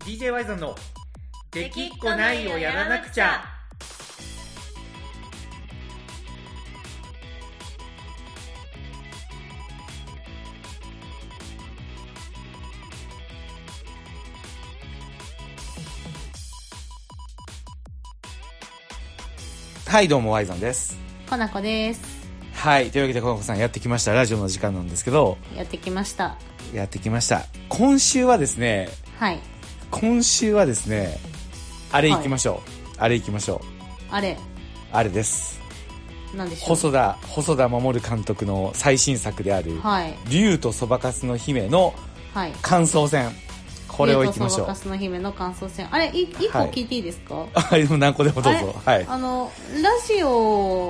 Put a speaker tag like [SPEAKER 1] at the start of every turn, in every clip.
[SPEAKER 1] DJ ワイゾンの「できっこないをやらなくちゃ」
[SPEAKER 2] はい、どうも、ワイザンです。
[SPEAKER 3] コナコです
[SPEAKER 2] はい、というわけで、このこさんやってきました。ラジオの時間なんですけど、
[SPEAKER 3] やってきました
[SPEAKER 2] やってきました。今週はですね、
[SPEAKER 3] はい
[SPEAKER 2] 今週はですね、あれ行きましょう。あれ行きましょう。
[SPEAKER 3] あれ
[SPEAKER 2] あれです。
[SPEAKER 3] なんでしょう
[SPEAKER 2] 細田、細田守監督の最新作である、
[SPEAKER 3] はい
[SPEAKER 2] 竜とそばかすの姫の
[SPEAKER 3] はい
[SPEAKER 2] 感想戦。これを行きましょ
[SPEAKER 3] 竜とそば か
[SPEAKER 2] う。
[SPEAKER 3] すの姫の感想戦あれい一個
[SPEAKER 2] はい
[SPEAKER 3] 聞いていいですか、
[SPEAKER 2] はい、でも何個でもどうぞ。
[SPEAKER 3] あ
[SPEAKER 2] は
[SPEAKER 3] れ
[SPEAKER 2] い。
[SPEAKER 3] あのラジオ、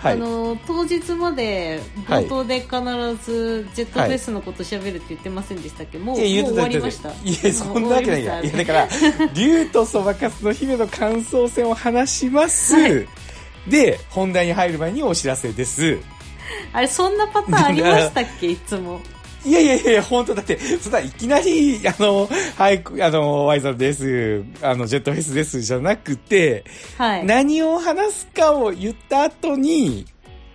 [SPEAKER 2] はい
[SPEAKER 3] あの当日まで
[SPEAKER 2] はい
[SPEAKER 3] 冒頭で必ずジェットフェスのこと喋るって言ってませんでしたっけ、もう
[SPEAKER 2] いや、
[SPEAKER 3] も
[SPEAKER 2] 言っ
[SPEAKER 3] う終
[SPEAKER 2] てた
[SPEAKER 3] わり
[SPEAKER 2] 言
[SPEAKER 3] ま
[SPEAKER 2] っ
[SPEAKER 3] してた
[SPEAKER 2] た。いや、そんなわけない
[SPEAKER 3] もう
[SPEAKER 2] や。いや、
[SPEAKER 3] 終わりま
[SPEAKER 2] だ
[SPEAKER 3] し
[SPEAKER 2] から、 竜とそばかすの姫の感想戦を話します。で、本題に入る前にお知らせです。
[SPEAKER 3] たあれそんなパターンありましたっけい つも
[SPEAKER 2] いやいやいや、本当だって、そんないきなり、あの、はい、あの、ワイザルです、あの、ジェットフェスですじゃなくて、
[SPEAKER 3] はい
[SPEAKER 2] 何を話すかを言った後に、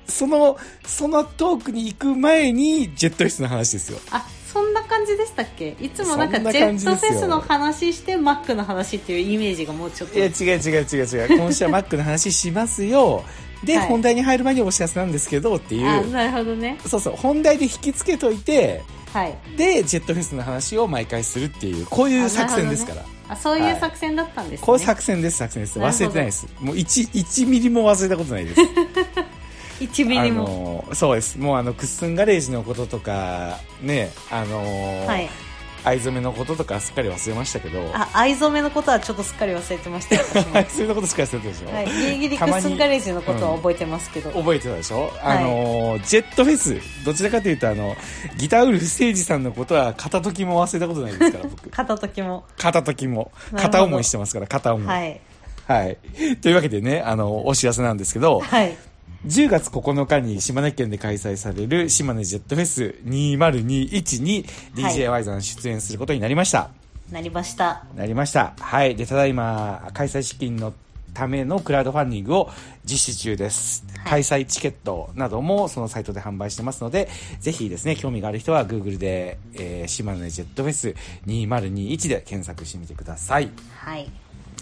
[SPEAKER 2] その、そのトークに行く前に、ジェットフェスの話ですよ。
[SPEAKER 3] あそんな感じでしたっけいつもなんか
[SPEAKER 2] そんな
[SPEAKER 3] ジェ
[SPEAKER 2] 感
[SPEAKER 3] ッ
[SPEAKER 2] じ
[SPEAKER 3] ト
[SPEAKER 2] で
[SPEAKER 3] フ
[SPEAKER 2] すよ
[SPEAKER 3] ェスの話してマックの話っていうイメージがもうちょっと
[SPEAKER 2] いや、違う違う違う違う。今週はマックの話しますよ。で、
[SPEAKER 3] はい
[SPEAKER 2] 本題に入る前にお知らせなんですけど、って
[SPEAKER 3] あ
[SPEAKER 2] いう。
[SPEAKER 3] なるほどね
[SPEAKER 2] そうそう、本題で引き付けといて、
[SPEAKER 3] はい
[SPEAKER 2] で、ジェットフェスの話を毎回するっていう、こういう作戦ですから。
[SPEAKER 3] あそうい
[SPEAKER 2] は
[SPEAKER 3] う
[SPEAKER 2] い
[SPEAKER 3] 作戦だったんですね、
[SPEAKER 2] こういう作戦です、作戦です。
[SPEAKER 3] なるほど
[SPEAKER 2] 忘れてないです。もう1、1ミリも忘れたことないです。
[SPEAKER 3] 1ミ
[SPEAKER 2] あ
[SPEAKER 3] リも、
[SPEAKER 2] のー、そうです。もうあの、クッスンガレージのこととか、ね、あのー、
[SPEAKER 3] はい
[SPEAKER 2] 藍染めのこととかすっかり忘れましたけど、
[SPEAKER 3] あ藍染めのことはちょっとすっかり忘れてましたよ 私も
[SPEAKER 2] 藍染めのことしか忘れてたでしょ、
[SPEAKER 3] はい、ギリギリク
[SPEAKER 2] たま
[SPEAKER 3] ッ
[SPEAKER 2] に
[SPEAKER 3] スンガレージのことは覚えてますけど、
[SPEAKER 2] 覚えてたでしょ、
[SPEAKER 3] い
[SPEAKER 2] あのー、ジェットフェス、どちらかというと、あの、ギターウルフ聖司さんのことは片時も忘れたことないですから、 僕。
[SPEAKER 3] 片時も
[SPEAKER 2] 片時も。
[SPEAKER 3] なるほど
[SPEAKER 2] 片思いしてますから、片思い。
[SPEAKER 3] は
[SPEAKER 2] はい。
[SPEAKER 3] い
[SPEAKER 2] というわけでね、あの、お知らせなんですけど、
[SPEAKER 3] はい
[SPEAKER 2] 10月9日に島根県で開催される島根ジェットフェス2021に
[SPEAKER 3] はい
[SPEAKER 2] DJ ワイザン出演することになりました。
[SPEAKER 3] なりました
[SPEAKER 2] なりました。はい。で、ただいま、開催資金のためのクラウドファンディングを実施中です。
[SPEAKER 3] はい
[SPEAKER 2] 開催チケットなどもそのサイトで販売してますので、ぜひですね、興味がある人は Google で、えー島根ジェットフェス2021で検索してみてください。
[SPEAKER 3] はい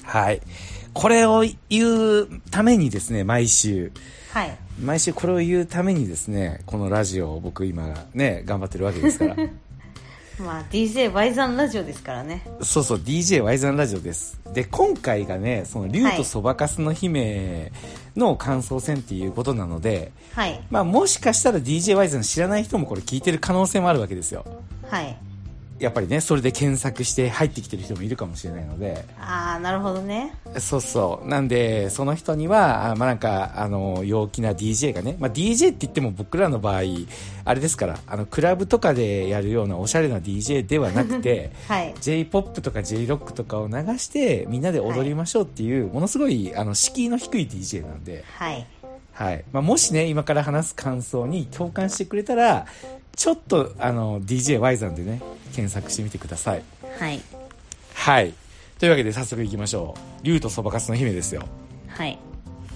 [SPEAKER 2] はい。これを言うためにですね、毎週、
[SPEAKER 3] はい
[SPEAKER 2] 毎週これを言うためにですねこのラジオを僕今ね頑張ってるわけですから
[SPEAKER 3] まあ DJ バイザンラジオですからね
[SPEAKER 2] そうそう DJ ワイザンラジオですで今回がねその竜とそばかすの姫の感想戦っていうことなので、
[SPEAKER 3] はい
[SPEAKER 2] まあもしかしたら DJ ワイザン知らない人もこれ聞いてる可能性もあるわけですよ
[SPEAKER 3] はい
[SPEAKER 2] やっぱりねそれで検索して入ってきてる人もいるかもしれないので
[SPEAKER 3] ああなるほどね
[SPEAKER 2] そうそう。なんで、その人には、あまあなんか、あの、陽気な DJ がね、まあ DJ って言っても僕らの場合、あれですから、あの、クラブとかでやるようなおしゃれな DJ ではなくて、
[SPEAKER 3] はい
[SPEAKER 2] J-POP とか J-ROCK とかを流して、みんなで踊りましょうっていう、ものすごい、あの、敷居の低い DJ なんで、
[SPEAKER 3] はい
[SPEAKER 2] はい。まあもしね、今から話す感想に共感してくれたら、ちょっと、あの、DJ Y さんでね、検索してみてください。
[SPEAKER 3] はい
[SPEAKER 2] はい。というわけで早速行きましょう。竜とそばかすの姫ですよ。
[SPEAKER 3] はい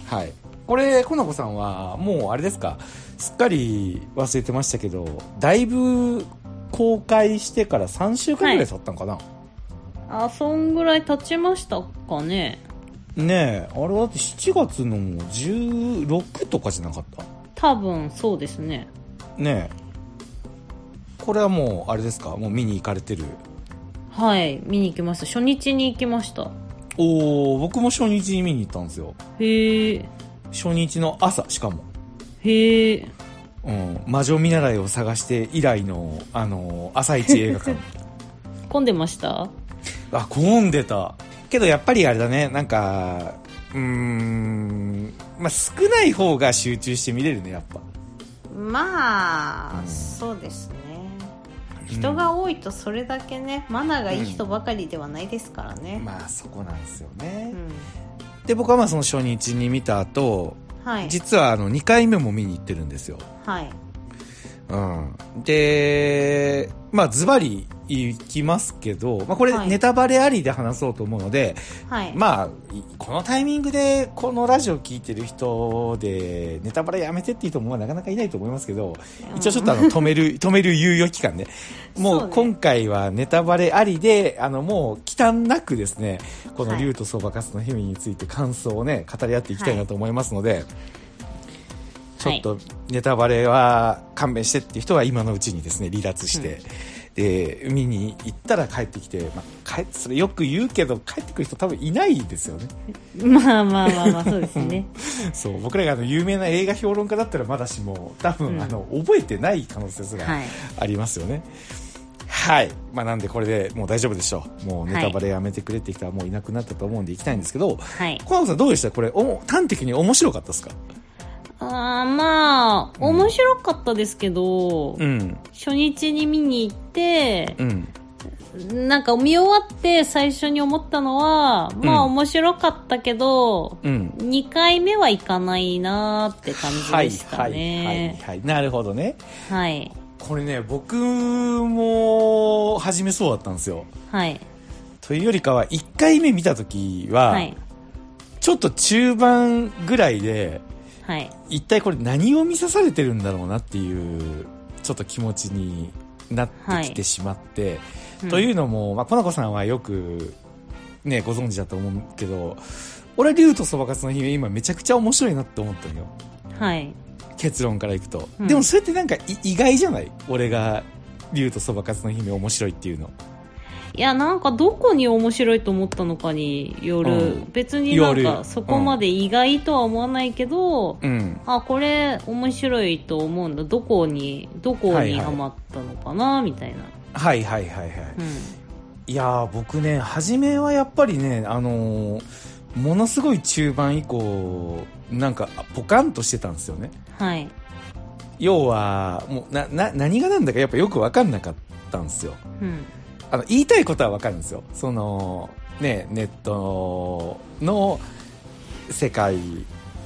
[SPEAKER 2] はい。これ、コナコさんは、もうあれですか、すっかり忘れてましたけど、だいぶ公開してから3週間ぐらい経ったんかな、
[SPEAKER 3] あそんぐらい経ちましたかね
[SPEAKER 2] ねえ、あれだって7月の16とかじゃなかった
[SPEAKER 3] 多分そうですね
[SPEAKER 2] ねえ。これはもう、あれですかもう見に行かれてる。
[SPEAKER 3] はい見に行きました初日に行きました
[SPEAKER 2] おー、僕も初日に見に行ったんですよ。
[SPEAKER 3] へえ
[SPEAKER 2] 初日の朝、しかも。
[SPEAKER 3] へえ
[SPEAKER 2] うん、魔女見習いを探して以来の、あの、朝一映画館。
[SPEAKER 3] 混んでました
[SPEAKER 2] あ混んでたけどやっぱりあれだねなんかうーんまあ少ない方が集中して見れるねやっぱ
[SPEAKER 3] まあ、
[SPEAKER 2] うん
[SPEAKER 3] そうですね人が多いとそれだけねマナーがいい人ばかりではないですからね、
[SPEAKER 2] まあそこなんですよね
[SPEAKER 3] う、ん
[SPEAKER 2] で僕はまあその初日に見た後
[SPEAKER 3] はい
[SPEAKER 2] 実はあの2回目も見に行ってるんですよ、
[SPEAKER 3] はい
[SPEAKER 2] うん、でまあズバリいきますけど、まあ、これ
[SPEAKER 3] はい
[SPEAKER 2] ネタバレありで話そうと思うので、
[SPEAKER 3] はい、
[SPEAKER 2] まあいこのタイミングでこのラジオ聞いてる人でネタバレやめてっていう人もなかなかいないと思いますけど一応ちょっとあの止め る止める猶予期間ねも
[SPEAKER 3] そう
[SPEAKER 2] う
[SPEAKER 3] ね
[SPEAKER 2] 今回はネタバレありであのもう忌憚なくですねこの
[SPEAKER 3] はい
[SPEAKER 2] 竜とそばかすの姫について感想をね語り合っていきたいなと思いますので、ちょっとネタバレは勘弁してっていう人は今のうちにですね離脱して、で見に行ったら帰ってきて、まあ、帰それよく言うけど帰ってくる人多分いないですよね
[SPEAKER 3] まあまあまあまあそうですね
[SPEAKER 2] そう僕らがあの有名な映画評論家だったらまだしも多分、
[SPEAKER 3] うん
[SPEAKER 2] あの覚えてない可能性すら
[SPEAKER 3] はい
[SPEAKER 2] ありますよね。はい、まあ、なんでこれでもう大丈夫でしょうもうネタバレやめてくれって人はもういなくなったと思うんで行きたいんですけど、
[SPEAKER 3] はい
[SPEAKER 2] 小山さんどうでしたこれおも端的に面白かったですか
[SPEAKER 3] あーまあ
[SPEAKER 2] うん
[SPEAKER 3] 面白かったですけど、
[SPEAKER 2] うん
[SPEAKER 3] 初日に見に行って
[SPEAKER 2] う、ん
[SPEAKER 3] なんか見終わって最初に思ったのはまあ
[SPEAKER 2] うん
[SPEAKER 3] 面白かったけど、
[SPEAKER 2] うん
[SPEAKER 3] 2回目はいかないなーって感じ
[SPEAKER 2] は
[SPEAKER 3] で
[SPEAKER 2] い
[SPEAKER 3] した
[SPEAKER 2] はいはい
[SPEAKER 3] ね
[SPEAKER 2] はいなるほどね
[SPEAKER 3] はい
[SPEAKER 2] これね僕も初めそうだったんですよ
[SPEAKER 3] はい
[SPEAKER 2] というよりかは1回目見た時は、
[SPEAKER 3] はい
[SPEAKER 2] ちょっと中盤ぐらいで
[SPEAKER 3] はい
[SPEAKER 2] 一体これ何を見さされてるんだろうなっていうちょっと気持ちになってきてしまって、といううのも、まあ、コナコさんはよく、ね、ご存知だと思うけど俺竜とそばかすの姫今めちゃくちゃ面白いなって思ったのよ
[SPEAKER 3] んはい
[SPEAKER 2] 結論からいくと、
[SPEAKER 3] うん
[SPEAKER 2] でもそれってなんかい意外じゃない俺が竜とそばかすの姫面白いっていうの
[SPEAKER 3] いやなんかどこに面白いと思ったのかによる、
[SPEAKER 2] うん
[SPEAKER 3] 別になん
[SPEAKER 2] よ
[SPEAKER 3] か
[SPEAKER 2] る
[SPEAKER 3] そこまで意外とは思わないけど、
[SPEAKER 2] うん
[SPEAKER 3] あこれ面白いと思うんだどこにどこ
[SPEAKER 2] はい
[SPEAKER 3] に
[SPEAKER 2] はい
[SPEAKER 3] ハマったのかな、みたいな、
[SPEAKER 2] はいはいはいはい、
[SPEAKER 3] うん、
[SPEAKER 2] いやー僕ね初めはやっぱりねあのーものすごい中盤以降なんかあポカンとしてたんですよね
[SPEAKER 3] はい
[SPEAKER 2] 要はもうなな何がなんだかやっぱよく分かんなかったんですよ
[SPEAKER 3] うん
[SPEAKER 2] あの言いたいことは分かるんですよそのねネットの世界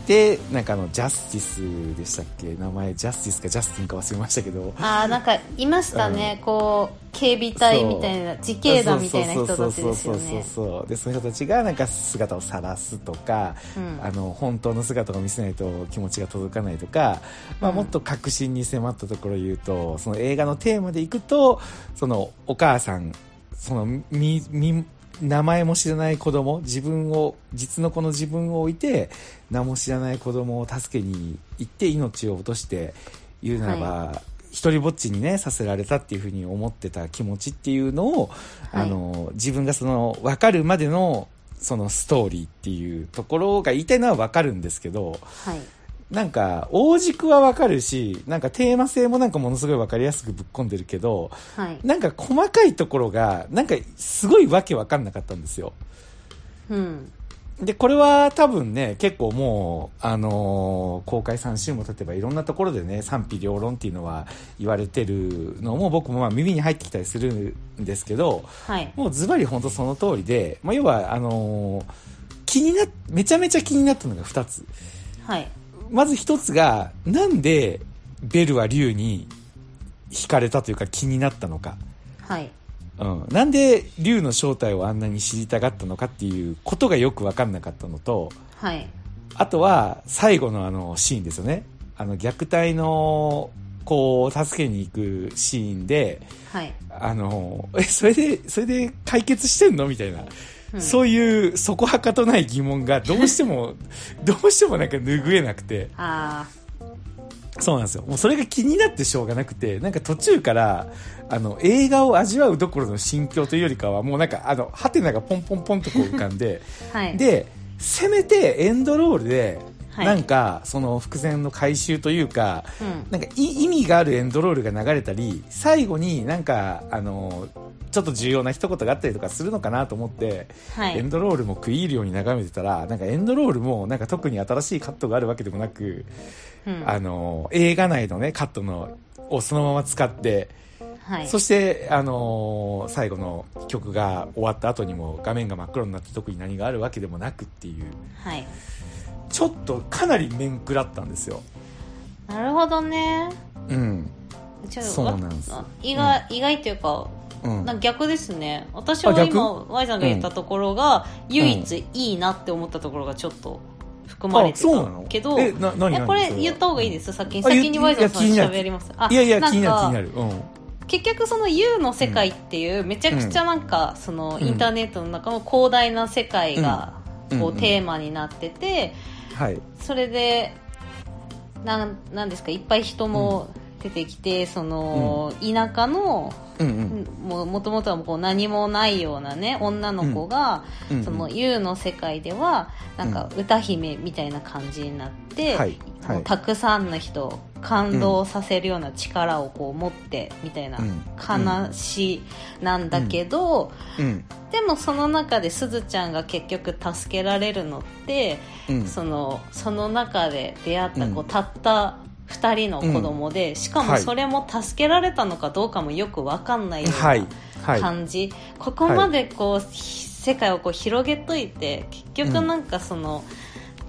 [SPEAKER 2] でなんかあのジャスティスでしたっけ名前ジャスティスかジャスティンか忘れましたけど
[SPEAKER 3] あーなんかいましたね、こう警備隊みたいな自警団みたいな人たちですよ
[SPEAKER 2] そうそうそうそう
[SPEAKER 3] ね
[SPEAKER 2] そうそうでその人たちがなんか姿を晒すとか、
[SPEAKER 3] うん
[SPEAKER 2] あの本当の姿を見せないと気持ちが届かないとか、まあ、
[SPEAKER 3] うん
[SPEAKER 2] もっと核心に迫ったところを言うと、その映画のテーマでいくとそのお母さんそのみみ名前も知らない子供自分を実の子の自分を置いて名も知らない子供を助けに行って命を落として言うならば、一人ぼっちにねさせられたっていうふうに思ってた気持ちっていうのを、
[SPEAKER 3] はい
[SPEAKER 2] あの自分がその分かるまでのそのストーリーっていうところが言いたいのは分かるんですけど
[SPEAKER 3] はい
[SPEAKER 2] なんか大軸は分かるしなんかテーマ性もなんかものすごい分かりやすくぶっ込んでるけど
[SPEAKER 3] はい
[SPEAKER 2] なんか細かいところがなんかすごいわけ分かんなかったんですよ。
[SPEAKER 3] うん
[SPEAKER 2] で、これは多分ね、結構もう、あのー公開3週も経てばいろんなところでね、賛否両論っていうのは言われてるのも僕もまあ耳に入ってきたりするんですけど、
[SPEAKER 3] はい
[SPEAKER 2] もうズバリ本当その通りで、まあ、要は、あのー気になっ、めちゃめちゃ気になったのが2つ。
[SPEAKER 3] はい
[SPEAKER 2] まず1つが、なんでベルは竜に惹かれたというか気になったのか。
[SPEAKER 3] はい
[SPEAKER 2] うん、なんで竜の正体をあんなに知りたがったのかっていうことがよく分かんなかったのと、
[SPEAKER 3] はい
[SPEAKER 2] あとは、最後のあの、シーンですよね。あの、虐待の子を助けに行くシーンで、
[SPEAKER 3] はい
[SPEAKER 2] あの、え、それで、それで解決してんのみたいな。
[SPEAKER 3] うん
[SPEAKER 2] そういう、そこはかとない疑問が、どうしても、 どうしてもなんか拭えなくて。
[SPEAKER 3] あ
[SPEAKER 2] そうなんですよ。もうそれが気になってしょうがなくて、なんか途中から、あの、映画を味わうどころの心境というよりかは、もうなんか、あの、ハテナがポンポンポンとこう浮かん で、
[SPEAKER 3] あはい
[SPEAKER 2] でせめてエンドロールで、
[SPEAKER 3] はい
[SPEAKER 2] なんかその伏線の回収というか
[SPEAKER 3] うん
[SPEAKER 2] なんかい意味があるエンドロールが流れたり最後になんかあのちょっと重要な一言があったりとかするのかなと思って、
[SPEAKER 3] は
[SPEAKER 2] エン
[SPEAKER 3] い
[SPEAKER 2] ドロールも食い入るように眺めてたらなんかエンドロールもなんか特に新しいカットがあるわけでもなく、
[SPEAKER 3] うん
[SPEAKER 2] あの映画内の、ね、カットのをそのまま使って。
[SPEAKER 3] はい
[SPEAKER 2] そして、あのー最後の曲が終わった後にも画面が真っ黒になって特に何があるわけでもなくっていう
[SPEAKER 3] はい
[SPEAKER 2] ちょっとかなり面食らったんですよ。
[SPEAKER 3] なるほどね
[SPEAKER 2] うん、
[SPEAKER 3] ちょ
[SPEAKER 2] そうなんです
[SPEAKER 3] わ意外、意外というか、
[SPEAKER 2] うん
[SPEAKER 3] なんか逆ですね私
[SPEAKER 2] あ
[SPEAKER 3] は
[SPEAKER 2] 逆
[SPEAKER 3] 今 Y さんが言ったところが、唯一いいなって思ったところがちょっと含まれて
[SPEAKER 2] そうな
[SPEAKER 3] た
[SPEAKER 2] の
[SPEAKER 3] けど
[SPEAKER 2] えな何
[SPEAKER 3] え
[SPEAKER 2] 何
[SPEAKER 3] これ
[SPEAKER 2] そは
[SPEAKER 3] 言った方がいいです先に
[SPEAKER 2] あ言
[SPEAKER 3] 先に Y さんさん
[SPEAKER 2] いや気になる
[SPEAKER 3] 喋りますあ
[SPEAKER 2] いやいや
[SPEAKER 3] なんか
[SPEAKER 2] 気になる気になるうん
[SPEAKER 3] 結局その U の世界っていう、めちゃくちゃなんかそのインターネットの中の広大な世界が
[SPEAKER 2] うん
[SPEAKER 3] こ
[SPEAKER 2] う
[SPEAKER 3] うんテーマになってて、
[SPEAKER 2] はい
[SPEAKER 3] それでなんなんですかいっぱい人も出てきて、その田舎の
[SPEAKER 2] うんうん
[SPEAKER 3] もうもともとはこう何もないようなね女の子が、
[SPEAKER 2] うん
[SPEAKER 3] その U の世界ではなんか歌姫みたいな感じになって、
[SPEAKER 2] はいはい
[SPEAKER 3] もうたくさんの人を感動させるような力をこう持ってみたいな
[SPEAKER 2] うん
[SPEAKER 3] 悲しなんだけど、
[SPEAKER 2] うん
[SPEAKER 3] でもその中ですずちゃんが結局助けられるのって、
[SPEAKER 2] うん
[SPEAKER 3] そのその中で出会ったこう、
[SPEAKER 2] うん
[SPEAKER 3] たった2人の子供で、しかも
[SPEAKER 2] はい
[SPEAKER 3] それも助けられたのかどうかもよく分かんないような、
[SPEAKER 2] はいはい
[SPEAKER 3] 感じ、ここまでこう、ひ世界をこう広げといて結局なんかその、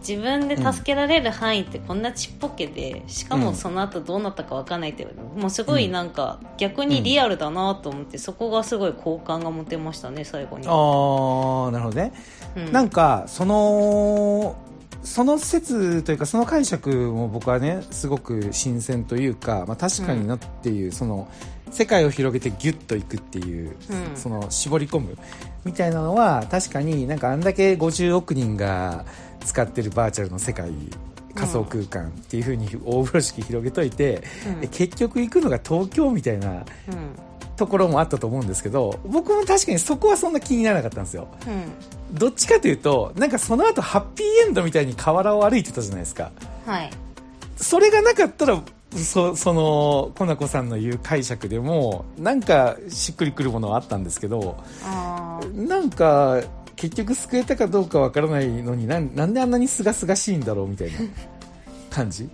[SPEAKER 3] 自分で助けられる範囲ってこんなちっぽけでしか
[SPEAKER 2] う
[SPEAKER 3] も
[SPEAKER 2] ん
[SPEAKER 3] その後どうなったかわかんないって、もうすごいなんか逆にリアルだなと思って、そこがすごい好感が持てましたね最後に。
[SPEAKER 2] ああなるほどね
[SPEAKER 3] うん
[SPEAKER 2] なんかそのその説というかその解釈も僕はねすごく新鮮というか、まあ、確かになっていう、その世界を広げてギュッといくっていう、
[SPEAKER 3] うん
[SPEAKER 2] その絞り込むみたいなのは確かになんかあんだけ50億人が使ってるバーチャルの世界仮想空間っていうふうに大風呂敷広げといて、
[SPEAKER 3] うん
[SPEAKER 2] で結局行くのが東京みたいな
[SPEAKER 3] うん
[SPEAKER 2] ところもあったと思うんですけど僕も確かにそこはそんな気にならなかったんですよ。
[SPEAKER 3] うん
[SPEAKER 2] どっちかというと、なんかその後ハッピーエンドみたいに河原を歩いてたじゃないですか。
[SPEAKER 3] はい
[SPEAKER 2] それがなかったら、そその、コナコさんの言う解釈でも、なんかしっくりくるものはあったんですけど、
[SPEAKER 3] あー
[SPEAKER 2] なんか、結局救えたかどうかわからないのになん、なんであんなに清々しいんだろうみたいな感じ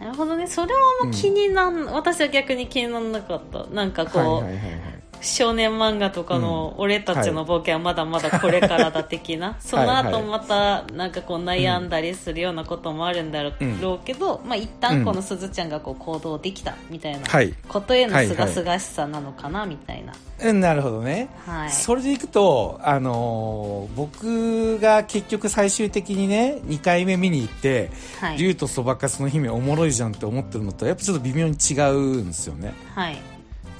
[SPEAKER 3] なるほどねそれはもう気になん、私は逆に気にならなかったなんかこう、
[SPEAKER 2] はいはいはいはい。
[SPEAKER 3] 少年漫画とかの「俺たちの冒険はまだまだこれからだ」的な、その後またなんかこう悩んだりするようなこともあるんだろうけど、まあ一旦このすずちゃんがこう行動できたみたいな
[SPEAKER 2] はい
[SPEAKER 3] ことへの
[SPEAKER 2] はい
[SPEAKER 3] すがすがしさなのかなみたいな
[SPEAKER 2] うん、なるほどね。
[SPEAKER 3] はい
[SPEAKER 2] それでいくと、あのー僕が結局最終的にね、2回目見に行って、
[SPEAKER 3] はい
[SPEAKER 2] 竜とそばかすの姫おもろいじゃんって思ってるのとやっぱちょっと微妙に違うんですよね
[SPEAKER 3] はい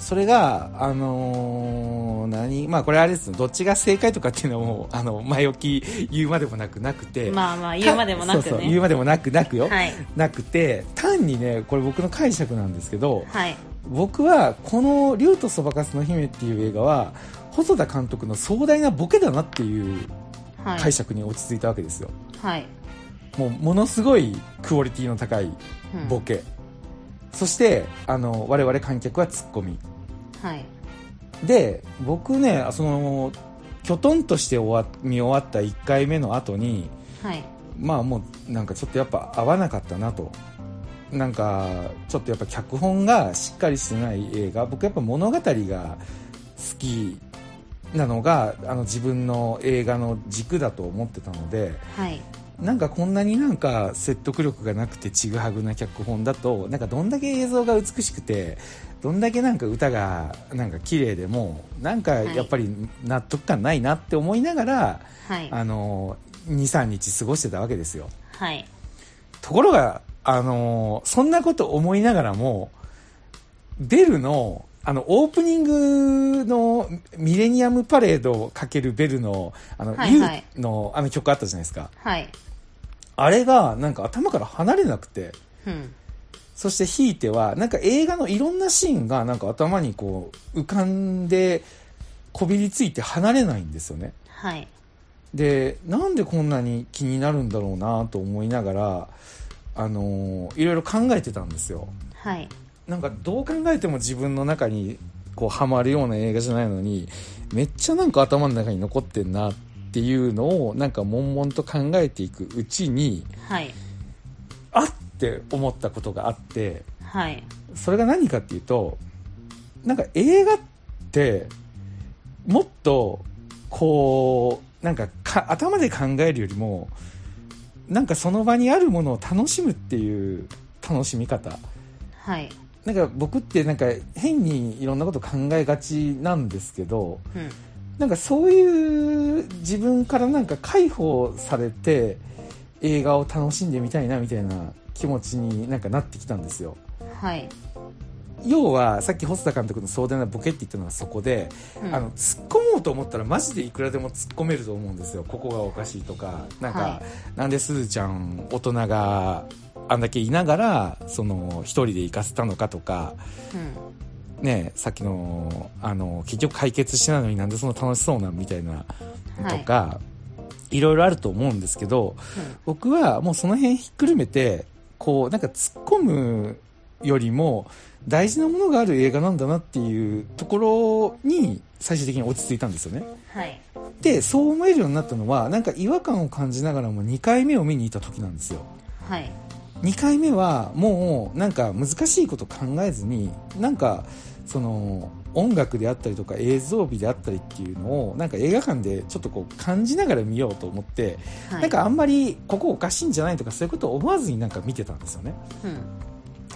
[SPEAKER 2] それがあのー何まあこれあれですよどっちが正解とかっていうのはもうあの前置き言うまでもなくなくて
[SPEAKER 3] まあまあ
[SPEAKER 2] あ
[SPEAKER 3] 言うまでもなくね
[SPEAKER 2] そうそう言うまでもなくなくよ、
[SPEAKER 3] はい
[SPEAKER 2] なくて単にねこれ僕の解釈なんですけど
[SPEAKER 3] はい
[SPEAKER 2] 僕はこの「竜とそばかすの姫」っていう映画は細田監督の壮大なボケだなっていう
[SPEAKER 3] はい
[SPEAKER 2] 解釈に落ち着いたわけですよ、
[SPEAKER 3] はい、
[SPEAKER 2] もうものすごいクオリティの高い
[SPEAKER 3] うん
[SPEAKER 2] ボケ、そしてあの我々観客はツッコミ
[SPEAKER 3] はい
[SPEAKER 2] で僕ねそのきょとんとして終わ見終わった1回目の後に
[SPEAKER 3] はい
[SPEAKER 2] まあもうなんかちょっとやっぱ合わなかったなとなんかちょっとやっぱ脚本がしっかりしてない映画僕やっぱ物語が好きなのがあの自分の映画の軸だと思ってたので、
[SPEAKER 3] はい
[SPEAKER 2] なんかこんなになんか説得力がなくてちぐはぐな脚本だとなんかどんだけ映像が美しくてどんだけなんか歌がなんか綺麗でもなんかやっぱり納得感ないなって思いながら、
[SPEAKER 3] はい
[SPEAKER 2] あの23日過ごしてたわけですよ
[SPEAKER 3] はい
[SPEAKER 2] ところがあのそんなこと思いながらもベルのあのオープニングのミレニアムパレードをかけるベルのあの、
[SPEAKER 3] はいはい
[SPEAKER 2] U のあの曲あったじゃないですか
[SPEAKER 3] はい
[SPEAKER 2] あれがなんか頭から離れなくて、
[SPEAKER 3] うん
[SPEAKER 2] そしてひいては、なんか映画のいろんなシーンがなんか頭にこう浮かんで、こびりついて離れないんですよね。
[SPEAKER 3] はい
[SPEAKER 2] で、なんでこんなに気になるんだろうなと思いながら、あのーいろいろ考えてたんですよ。
[SPEAKER 3] はい
[SPEAKER 2] なんかどう考えても自分の中にこうハマるような映画じゃないのにめっちゃなんか頭の中に残ってんなっていうのをなんか悶々と考えていくうちに
[SPEAKER 3] はい
[SPEAKER 2] あって思ったことがあって
[SPEAKER 3] はい
[SPEAKER 2] それが何かっていうとなんか映画ってもっとこうなんかか頭で考えるよりもなんかその場にあるものを楽しむっていう楽しみ方
[SPEAKER 3] はい
[SPEAKER 2] なんか僕ってなんか変にいろんなこと考えがちなんですけど
[SPEAKER 3] うん
[SPEAKER 2] なんかそういう自分からなんか解放されて映画を楽しんでみたいなみたいな気持ちになんかなってきたんですよ
[SPEAKER 3] はい、
[SPEAKER 2] 要はさっき細田監督の壮大なボケって言ったのはそこで、
[SPEAKER 3] うん
[SPEAKER 2] あの突っ込もうと思ったらマジでいくらでも突っ込めると思うんですよここがおかしいとかなんか、
[SPEAKER 3] は
[SPEAKER 2] なんですずちゃん大人があんだけいながらその一人で行かせたのかとか
[SPEAKER 3] うん
[SPEAKER 2] ね、さっきのあの結局解決してないのになんでそんな楽しそうなんみたいなのとか、い、ろいろあると思うんですけど僕はもうその辺ひっくるめてこうなんか突っ込むよりも大事なものがある映画なんだなっていうところに最終的に落ち着いたんですよね。
[SPEAKER 3] はい
[SPEAKER 2] でそう思えるようになったのはなんか違和感を感じながらも2回目を見に行った時なんですよ。
[SPEAKER 3] はい
[SPEAKER 2] 2回目はもうなんか難しいこと考えずになんかその音楽であったりとか映像美であったりっていうのをなんか映画館でちょっとこう感じながら見ようと思って、
[SPEAKER 3] はい
[SPEAKER 2] なんかあんまりここおかしいんじゃないとかそういうことを思わずになんか見てたんですよね
[SPEAKER 3] うん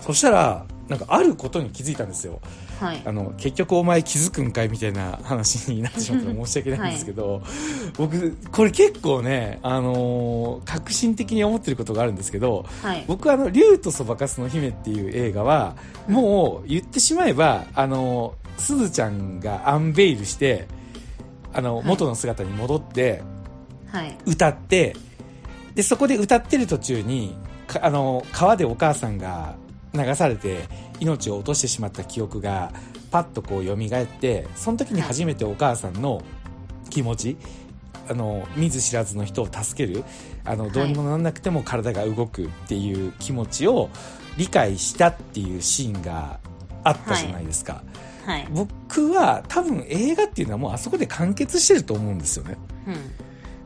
[SPEAKER 2] そしたらなんかあることに気づいたんですよ
[SPEAKER 3] はい
[SPEAKER 2] あの結局お前気づくんかいみたいな話になってしまったら申し訳ないんですけど、僕これ結構ね、あのー革新的に思ってることがあるんですけど
[SPEAKER 3] はい
[SPEAKER 2] 僕はあの「竜とそばかすの姫」っていう映画はもう言ってしまえばあのすずちゃんがアンベイルしてあの
[SPEAKER 3] はい
[SPEAKER 2] 元の姿に戻って
[SPEAKER 3] はい
[SPEAKER 2] 歌ってでそこで歌ってる途中にかあの川でお母さんが流されて命を落としてしまった記憶がパッとこう蘇ってその時に初めてお母さんの気持ちあの見ず知らずの人を助けるあの
[SPEAKER 3] い
[SPEAKER 2] どうにもならなくても体が動くっていう気持ちを理解したっていうシーンがあったじゃないですか、
[SPEAKER 3] はい
[SPEAKER 2] 僕は多分映画っていうのはもうあそこで完結してると思うんですよね
[SPEAKER 3] うん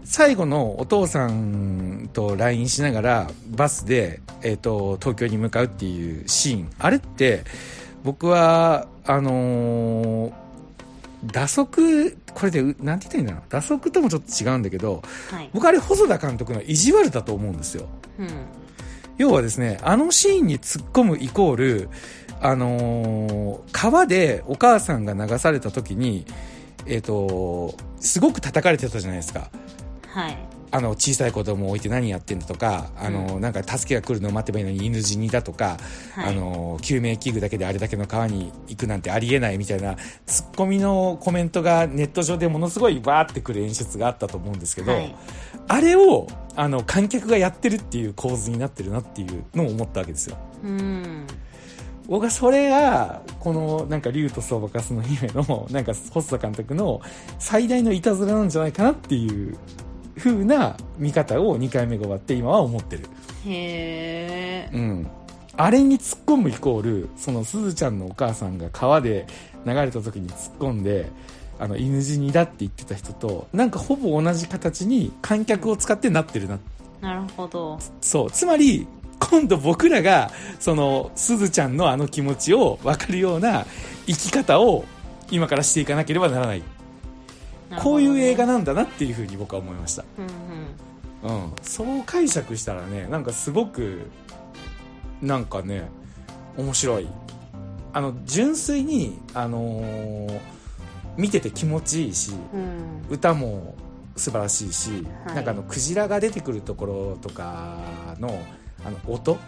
[SPEAKER 2] 最後のお父さんと LINE しながらバスで、えー、と東京に向かうっていうシーンあれって僕はあのー打足これでうなんて言ったらいいんだろう打足ともちょっと違うんだけど
[SPEAKER 3] はい
[SPEAKER 2] 僕あれ細田監督の意地悪だと思うんですよ
[SPEAKER 3] うん
[SPEAKER 2] 要はですねあのシーンに突っ込むイコール、あのー川でお母さんが流された時に、えー、とすごく叩かれてたじゃないですか
[SPEAKER 3] はい
[SPEAKER 2] あの小さい子供を置いて何やってんだとかあの、なんか助けが来るのを待てばいいのに犬死にだとか、
[SPEAKER 3] はい
[SPEAKER 2] あの救命器具だけであれだけの川に行くなんてありえないみたいなツッコミのコメントがネット上でものすごいわーってくる演出があったと思うんですけど、
[SPEAKER 3] はい
[SPEAKER 2] あれをあの観客がやってるっていう構図になってるなっていうのを思ったわけですよ。
[SPEAKER 3] うん
[SPEAKER 2] 僕はそれがこのなんか竜とそばかすの姫のなんか細田監督の最大のいたずらなんじゃないかなっていう風な見方を2回目が終わって今は思ってる、う
[SPEAKER 3] へえ
[SPEAKER 2] ん、あれに突っ込むイコールそのすずちゃんのお母さんが川で流れた時に突っ込んであの犬死にだって言ってた人となんかほぼ同じ形に観客を使ってなってるな
[SPEAKER 3] なるほど
[SPEAKER 2] そう。つまり、今度僕らが、その、すずちゃんのあの気持ちを分かるような生き方を今からしていかなければならない。
[SPEAKER 3] なる
[SPEAKER 2] こ
[SPEAKER 3] ほど
[SPEAKER 2] う
[SPEAKER 3] ね
[SPEAKER 2] いう映画なんだなっていうふうに僕は思いました。
[SPEAKER 3] うんうん
[SPEAKER 2] うん。そう解釈したらね、なんかすごく、なんかね、面白い。あの、純粋に、あのー見てて気持ちいいし、
[SPEAKER 3] うん
[SPEAKER 2] 歌も素晴らしいし、
[SPEAKER 3] はい
[SPEAKER 2] なんかあのクジラが出てくるところとかのあの音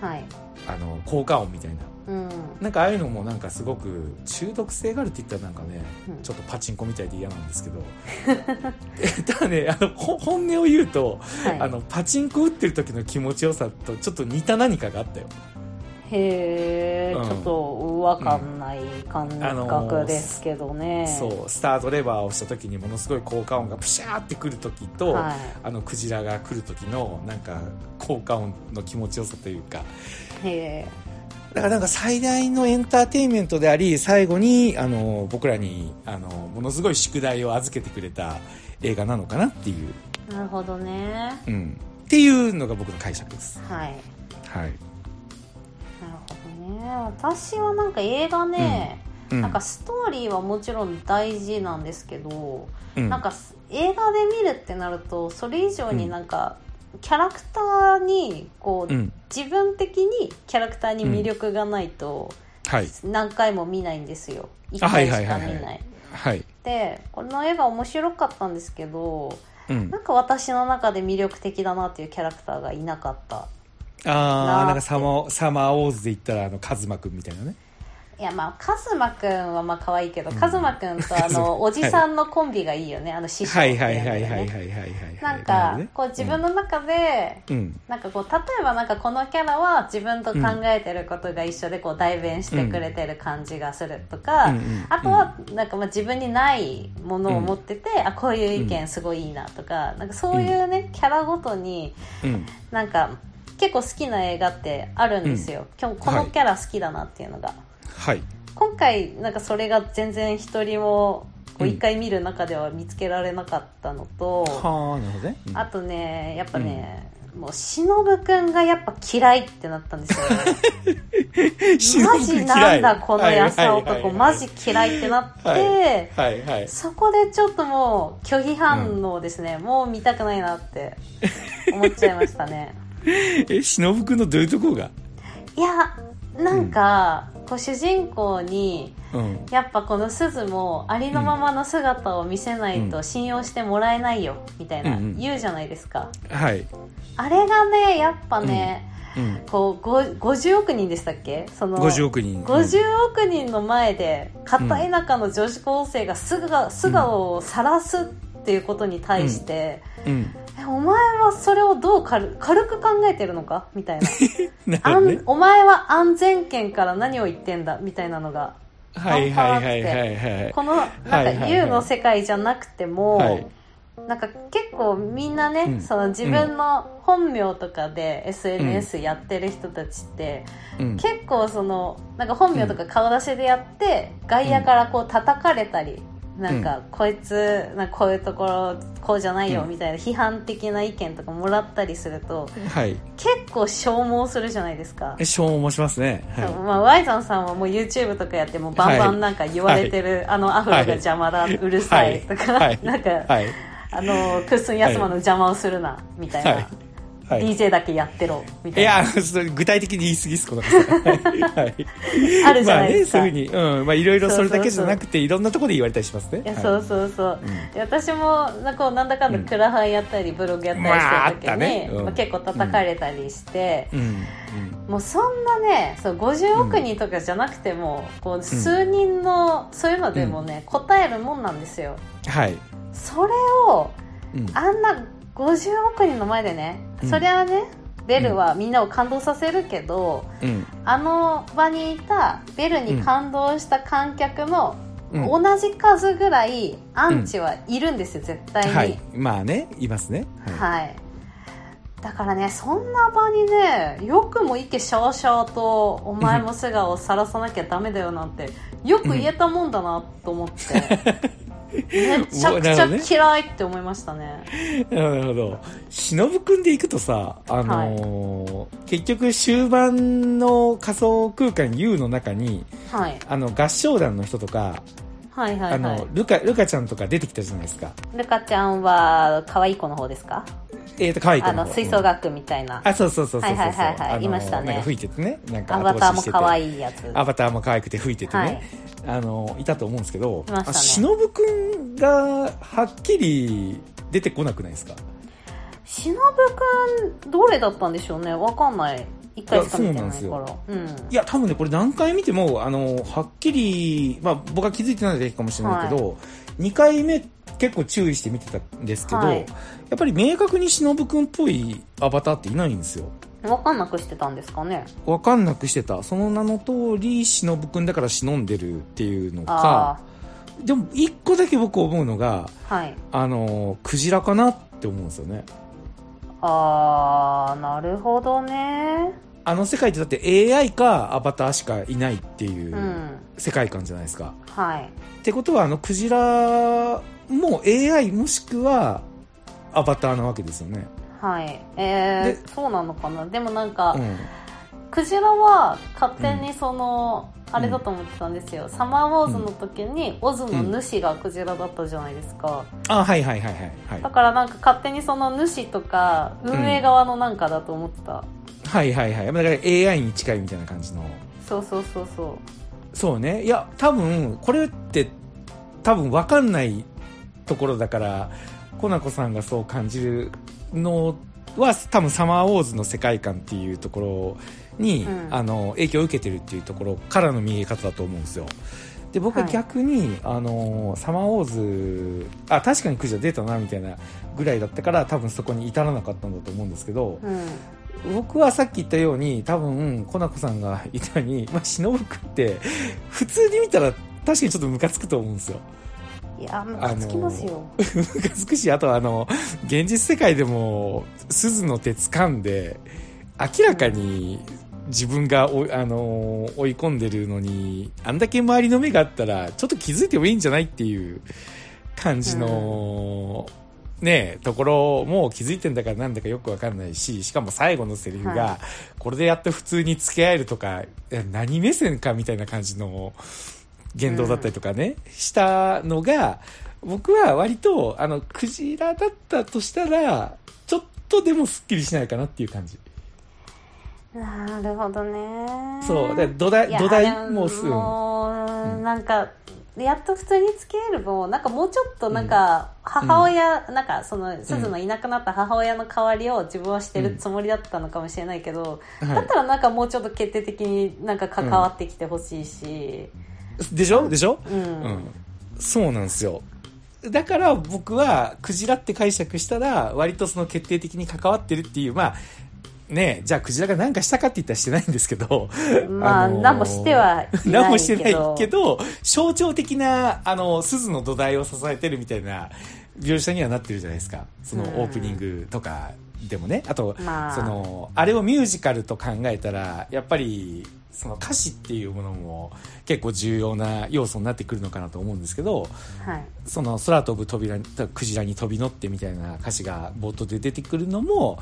[SPEAKER 3] はい
[SPEAKER 2] あの効果音みたいな
[SPEAKER 3] うん
[SPEAKER 2] なんかああいうのもなんかすごく中毒性があるって言ったらなんかね、
[SPEAKER 3] うん
[SPEAKER 2] ちょっとパチンコみたいで嫌なんです けどただねあのほ本音を言うと、
[SPEAKER 3] はい
[SPEAKER 2] あのパチンコ打ってる時の気持ちよさとちょっと似た何かがあったよ
[SPEAKER 3] へえ、
[SPEAKER 2] うん
[SPEAKER 3] ちょっとわかんない感
[SPEAKER 2] あのー
[SPEAKER 3] 覚ですけどね、
[SPEAKER 2] そうスタートレバーをした時にものすごい効果音がプシャーってくる時と、
[SPEAKER 3] はい
[SPEAKER 2] あのクジラが来る時のなんか効果音の気持ちよさというか
[SPEAKER 3] へえ
[SPEAKER 2] だからなんか最大のエンターテインメントであり最後にあの僕らにあのものすごい宿題を預けてくれた映画なのかなっていう、
[SPEAKER 3] なるほどね
[SPEAKER 2] うん、っていうのが僕の解釈です。
[SPEAKER 3] はい
[SPEAKER 2] はい
[SPEAKER 3] なるほどね私はなんか映画ね、
[SPEAKER 2] うん
[SPEAKER 3] なんかストーリーはもちろん大事なんですけど、
[SPEAKER 2] うん
[SPEAKER 3] なんかす映画で見るってなるとそれ以上になんか、キャラクターにこう、
[SPEAKER 2] うん
[SPEAKER 3] 自分的にキャラクターに魅力がないと、
[SPEAKER 2] はい
[SPEAKER 3] 何回も見ないんですよ一回しか見ない,、
[SPEAKER 2] はい
[SPEAKER 3] でこの映画面白かったんですけど
[SPEAKER 2] うん
[SPEAKER 3] なんか私の中で魅力的だなっていうキャラクターがいなかった
[SPEAKER 2] あ
[SPEAKER 3] ー
[SPEAKER 2] あなんかサマーサマーオーズで言ったらあのカズマくんみたいなね
[SPEAKER 3] いやまあカズマくんはまあ可愛いけど、カズマくんとあ
[SPEAKER 2] カズマ
[SPEAKER 3] のおじさんのコンビがいいよね、あの師匠
[SPEAKER 2] はい
[SPEAKER 3] って
[SPEAKER 2] は
[SPEAKER 3] う
[SPEAKER 2] い
[SPEAKER 3] の
[SPEAKER 2] は
[SPEAKER 3] がね
[SPEAKER 2] いはいはいはいはい
[SPEAKER 3] なん
[SPEAKER 2] るほど
[SPEAKER 3] か
[SPEAKER 2] ね
[SPEAKER 3] こう自分の中で、
[SPEAKER 2] うん
[SPEAKER 3] なんかこう例えばなんかこのキャラは自分と考えてることが一緒でこう代弁してくれてる感じがするとか、
[SPEAKER 2] うんうん
[SPEAKER 3] あとはなんかまあ自分にないものを持ってて、あこういう意見すごいいいなとかなんかそういうね、キャラごとに
[SPEAKER 2] うん
[SPEAKER 3] なんか結構好きな映画ってあるんですよ、今日このキャラ好きだなっていうのが。
[SPEAKER 2] はい
[SPEAKER 3] 今回なんかそれが全然一人もこう
[SPEAKER 2] うん
[SPEAKER 3] 一回見る中では見つけられなかったのと、
[SPEAKER 2] はあなるほどねうん
[SPEAKER 3] あとねやっぱね、もう忍くんがやっぱ嫌いってなったん ですよねマジなんだこの優しさ男マジ嫌いってなって、
[SPEAKER 2] はいはい
[SPEAKER 3] そこでちょっともう拒否反応ですね、もう見たくないなって思っちゃいましたね
[SPEAKER 2] え忍君のどういうとこが
[SPEAKER 3] いやなんか、こう主人公に
[SPEAKER 2] うん
[SPEAKER 3] やっぱこのすずもありのままの姿を見せないと信用してもらえないよみたいな
[SPEAKER 2] うんうん
[SPEAKER 3] 言うじゃないですか、
[SPEAKER 2] はい
[SPEAKER 3] あれがねやっぱね、
[SPEAKER 2] うん
[SPEAKER 3] こうご50億人でしたっけその
[SPEAKER 2] 50億人
[SPEAKER 3] 50億人の前で片田舎の女子高生が素が素顔を晒すっていうことに対して、
[SPEAKER 2] うん
[SPEAKER 3] えお前はそれをどう軽軽く考えてるのかみ たい
[SPEAKER 2] な
[SPEAKER 3] な
[SPEAKER 2] る
[SPEAKER 3] あ
[SPEAKER 2] ほど
[SPEAKER 3] ん
[SPEAKER 2] ね
[SPEAKER 3] お前は安全圏から何を言ってんだみたいなのが
[SPEAKER 2] はいはいはいはいはい
[SPEAKER 3] このなん
[SPEAKER 2] はいは
[SPEAKER 3] か
[SPEAKER 2] いはい
[SPEAKER 3] U の世界じゃなくても、
[SPEAKER 2] はい
[SPEAKER 3] なんか結構みんなね、
[SPEAKER 2] うん
[SPEAKER 3] その自分の本名とかで SNS やってる人たちって、
[SPEAKER 2] うん
[SPEAKER 3] 結構そのなんか本名とか顔出しでやって、外野からこう叩かれたり。なんかこいつなんかこういうところこうじゃないよ
[SPEAKER 2] うん
[SPEAKER 3] みたいな批判的な意見とかもらったりすると
[SPEAKER 2] はい
[SPEAKER 3] 結構消耗するじゃないですか
[SPEAKER 2] え消耗しますねはい
[SPEAKER 3] そうまあ、ワイザンさんはもう YouTube とかやってもうバンバンなんか言われてる、あのアフロが邪魔だ、うるさいとか、
[SPEAKER 2] はい
[SPEAKER 3] なんか、
[SPEAKER 2] はい
[SPEAKER 3] あのクッスン安間の邪魔をするな、みたいな、
[SPEAKER 2] はいはい
[SPEAKER 3] DJ だけやってろみ
[SPEAKER 2] い
[SPEAKER 3] たいな
[SPEAKER 2] や、それ具体的に言い過ぎっす、この方。はいはい
[SPEAKER 3] あるじゃないですか、
[SPEAKER 2] まあね、そういうふうに、うん、まあ、いろいろそれだけじゃなく
[SPEAKER 3] そ
[SPEAKER 2] て、いろんなところで言われたりしますね。
[SPEAKER 3] いや
[SPEAKER 2] はい
[SPEAKER 3] そうそうそう、で私もなんかこうなんだかんだクラハンやったりブログやったりして
[SPEAKER 2] まああった
[SPEAKER 3] る時に、
[SPEAKER 2] ねうん
[SPEAKER 3] まあ結構叩かれたりして、
[SPEAKER 2] うん、
[SPEAKER 3] もうそんなねそう50億人とかじゃなくても、こう数人のそういうのでもね、答えるもんなんですよ
[SPEAKER 2] うん、はい。
[SPEAKER 3] それを
[SPEAKER 2] うん、
[SPEAKER 3] あんな50億人の前でね、
[SPEAKER 2] うん
[SPEAKER 3] そりゃねベルはみんなを感動させるけど、
[SPEAKER 2] うん、
[SPEAKER 3] あの場にいたベルに感動した観客の
[SPEAKER 2] うん
[SPEAKER 3] 同じ数ぐらいアンチはいるんですよ、絶対に、
[SPEAKER 2] は
[SPEAKER 3] はいい、。
[SPEAKER 2] まあね、いますね。は
[SPEAKER 3] だからねそんな場にねよくもいけしょうしょうとお前も素顔を晒さなきゃダメだよなんてよく言えたもんだなと思って、 めちゃくちゃ嫌いって思いましたね
[SPEAKER 2] い。なるほど。しのぶくんで行くとさ、あのー結局終盤の仮想空間 U の中に、
[SPEAKER 3] はい
[SPEAKER 2] あの、合唱団の人とか、
[SPEAKER 3] はいはいは
[SPEAKER 2] あ
[SPEAKER 3] い
[SPEAKER 2] の、ルカ、ルカちゃんとか出てきたじゃないですか。
[SPEAKER 3] ルカちゃんは可愛い子の方ですか
[SPEAKER 2] えっ、と、可愛い子
[SPEAKER 3] あ
[SPEAKER 2] の
[SPEAKER 3] の
[SPEAKER 2] 方
[SPEAKER 3] 吹奏楽みたいな
[SPEAKER 2] あ、そうそうそうそうそうそう。
[SPEAKER 3] はいはいはいはい
[SPEAKER 2] あの
[SPEAKER 3] いましたね
[SPEAKER 2] なんか吹いててね。なんか
[SPEAKER 3] アバターも可
[SPEAKER 2] い。
[SPEAKER 3] 愛いやつ
[SPEAKER 2] アバターも可愛くて吹いててね。
[SPEAKER 3] はい
[SPEAKER 2] あの、いたと思うんですけど、
[SPEAKER 3] いましたね
[SPEAKER 2] あしのぶくんがはっきり出てこなくないですか
[SPEAKER 3] しのぶくんどれだったんでしょうねわかんない一回しか見てないからうん
[SPEAKER 2] いや、多分ね、これ何回見ても、あの、はっきり、まあ僕は気づいてないだけかもしれないけど、二2回目結構注意して見てたんですけど、
[SPEAKER 3] はい
[SPEAKER 2] やっぱり明確にしのぶくんっぽいアバターっていないんですよ。
[SPEAKER 3] わかんなくしてたんですかね
[SPEAKER 2] わかんなくしてた。その名の通り、しのぶくんだから忍んでるっていうのか、
[SPEAKER 3] あ
[SPEAKER 2] でも一個だけ僕思うのが
[SPEAKER 3] あはい
[SPEAKER 2] あのークジラかなって思うんですよね
[SPEAKER 3] ああなるほどね
[SPEAKER 2] あの世界ってだって AI かアバターしかいないっていううん世界観じゃないですか、
[SPEAKER 3] はい
[SPEAKER 2] ってことはあのクジラも AI もしくはアバターなわけですよね、
[SPEAKER 3] はいえ
[SPEAKER 2] で
[SPEAKER 3] ー、そうなのかなでもなんか、
[SPEAKER 2] うん、
[SPEAKER 3] クジラは勝手にその、あれだと思ってたんですよ、サマーウォーズの時にオズの主がクジラだったじゃないですか、
[SPEAKER 2] あはいはいはいはい
[SPEAKER 3] だ
[SPEAKER 2] は
[SPEAKER 3] からなんか勝手にその主とか運営側のなんかだと思ってた、
[SPEAKER 2] いはいはいはいだから AI に近いみたいな感じの
[SPEAKER 3] そうそうそうそ
[SPEAKER 2] そうねいや多分これって多分分かんないところだからコナコさんがそう感じるのは多分サマーウォーズの世界観っていうところに、
[SPEAKER 3] うん
[SPEAKER 2] あの影響を受けてるっていうところからの見え方だと思うんですよで僕は
[SPEAKER 3] はい
[SPEAKER 2] 逆に、あのサマーウォーズあ確かにクジラ出たなみたいなぐらいだったから多分そこに至らなかったんだと思うんですけど、
[SPEAKER 3] ううん
[SPEAKER 2] 僕はさっき言ったように多分コナコさんが言ったように、まあ、 忍くって普通に見たら確かにちょっとムカつくと思うんですよ
[SPEAKER 3] いやムカつきますよ、
[SPEAKER 2] ムカつくしあとはあの現実世界でも鈴の手掴んで明らかに自分が追い,、あの追い込んでるのにあんだけ周りの目があったらちょっと気づいてもいいんじゃないっていう感じの、ねえところも気づいてんだからなんだかよくわかんないししかも最後のセリフが、
[SPEAKER 3] は
[SPEAKER 2] これでやっと普通に付き合えるとかいや何目線かみたいな感じの言動だったりとかね、したのが僕は割とあのクジラだったとしたらちょっとでもすっきりしないかなっていう感じ
[SPEAKER 3] なるほどね
[SPEAKER 2] そうだから土台
[SPEAKER 3] いや
[SPEAKER 2] 土台
[SPEAKER 3] で
[SPEAKER 2] もうすぐ
[SPEAKER 3] もう
[SPEAKER 2] うん
[SPEAKER 3] なんかやっと普通に付き合える分なんかもうちょっとなんか母親、なんかそのすずのいなくなった母親の代わりを自分はしてるつもりだったのかもしれないけど、
[SPEAKER 2] はい
[SPEAKER 3] だったらなんかもうちょっと決定的になんか関わってきてほしいし、
[SPEAKER 2] でしょでしょ、
[SPEAKER 3] うん
[SPEAKER 2] うん、そうなんですよだから僕はクジラって解釈したら割とその決定的に関わってるっていうまあねえじゃあクジラが何かしたかって言ったらしてないんですけど
[SPEAKER 3] まあ、
[SPEAKER 2] のー
[SPEAKER 3] 何もしてはいないけど
[SPEAKER 2] 何もしてないけど象徴的なあの鈴の土台を支えてるみたいな描写にはなってるじゃないですかその
[SPEAKER 3] うん
[SPEAKER 2] オープニングとかでもねあと、
[SPEAKER 3] まあ
[SPEAKER 2] そのあれをミュージカルと考えたらやっぱりその歌詞っていうものも結構重要な要素になってくるのかなと思うんですけど、
[SPEAKER 3] はい、
[SPEAKER 2] その空飛ぶ扉にクジラに飛び乗ってみたいな歌詞が冒頭で出てくるのも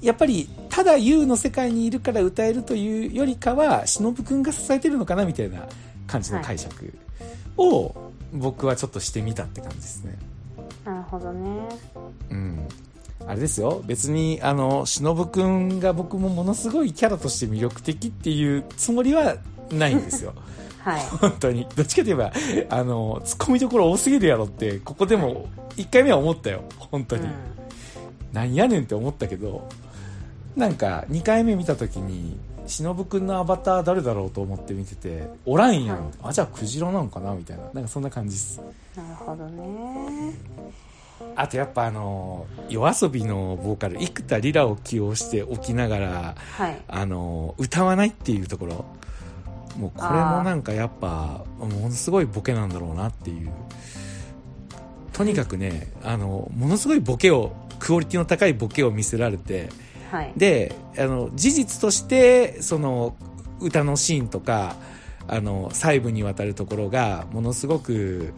[SPEAKER 2] やっぱりただ YOU の世界にいるから歌えるというよりかは忍くんが支えてるのかなみたいな感じの解釈を僕はちょっとしてみたって感じですね。
[SPEAKER 3] なるほどね
[SPEAKER 2] うんあれですよ別にあの忍くんが僕もものすごいキャラとして魅力的っていうつもりはないんですよ。
[SPEAKER 3] はい
[SPEAKER 2] 本当にどっちかといえばあのツッコミどころ多すぎるやろってここでも1回目は思ったよ本当に、なんやねんって思ったけどなんか2回目見た時に忍くんのアバター誰だろうと思って見てておらんやん、
[SPEAKER 3] はい
[SPEAKER 2] あじゃあクジラなんかなみたいななんかそんな感じです
[SPEAKER 3] うん、なるほどね
[SPEAKER 2] あとやっぱあの夜遊びのボーカル幾田りらを起用しておきながら
[SPEAKER 3] はい
[SPEAKER 2] あの歌わないっていうところもうこれもなんかやっぱものすごいボケなんだろうなっていうとにかくねあのものすごいボケをクオリティの高いボケを見せられて
[SPEAKER 3] はい
[SPEAKER 2] であの事実としてその歌のシーンとかあの細部にわたるところがものすごく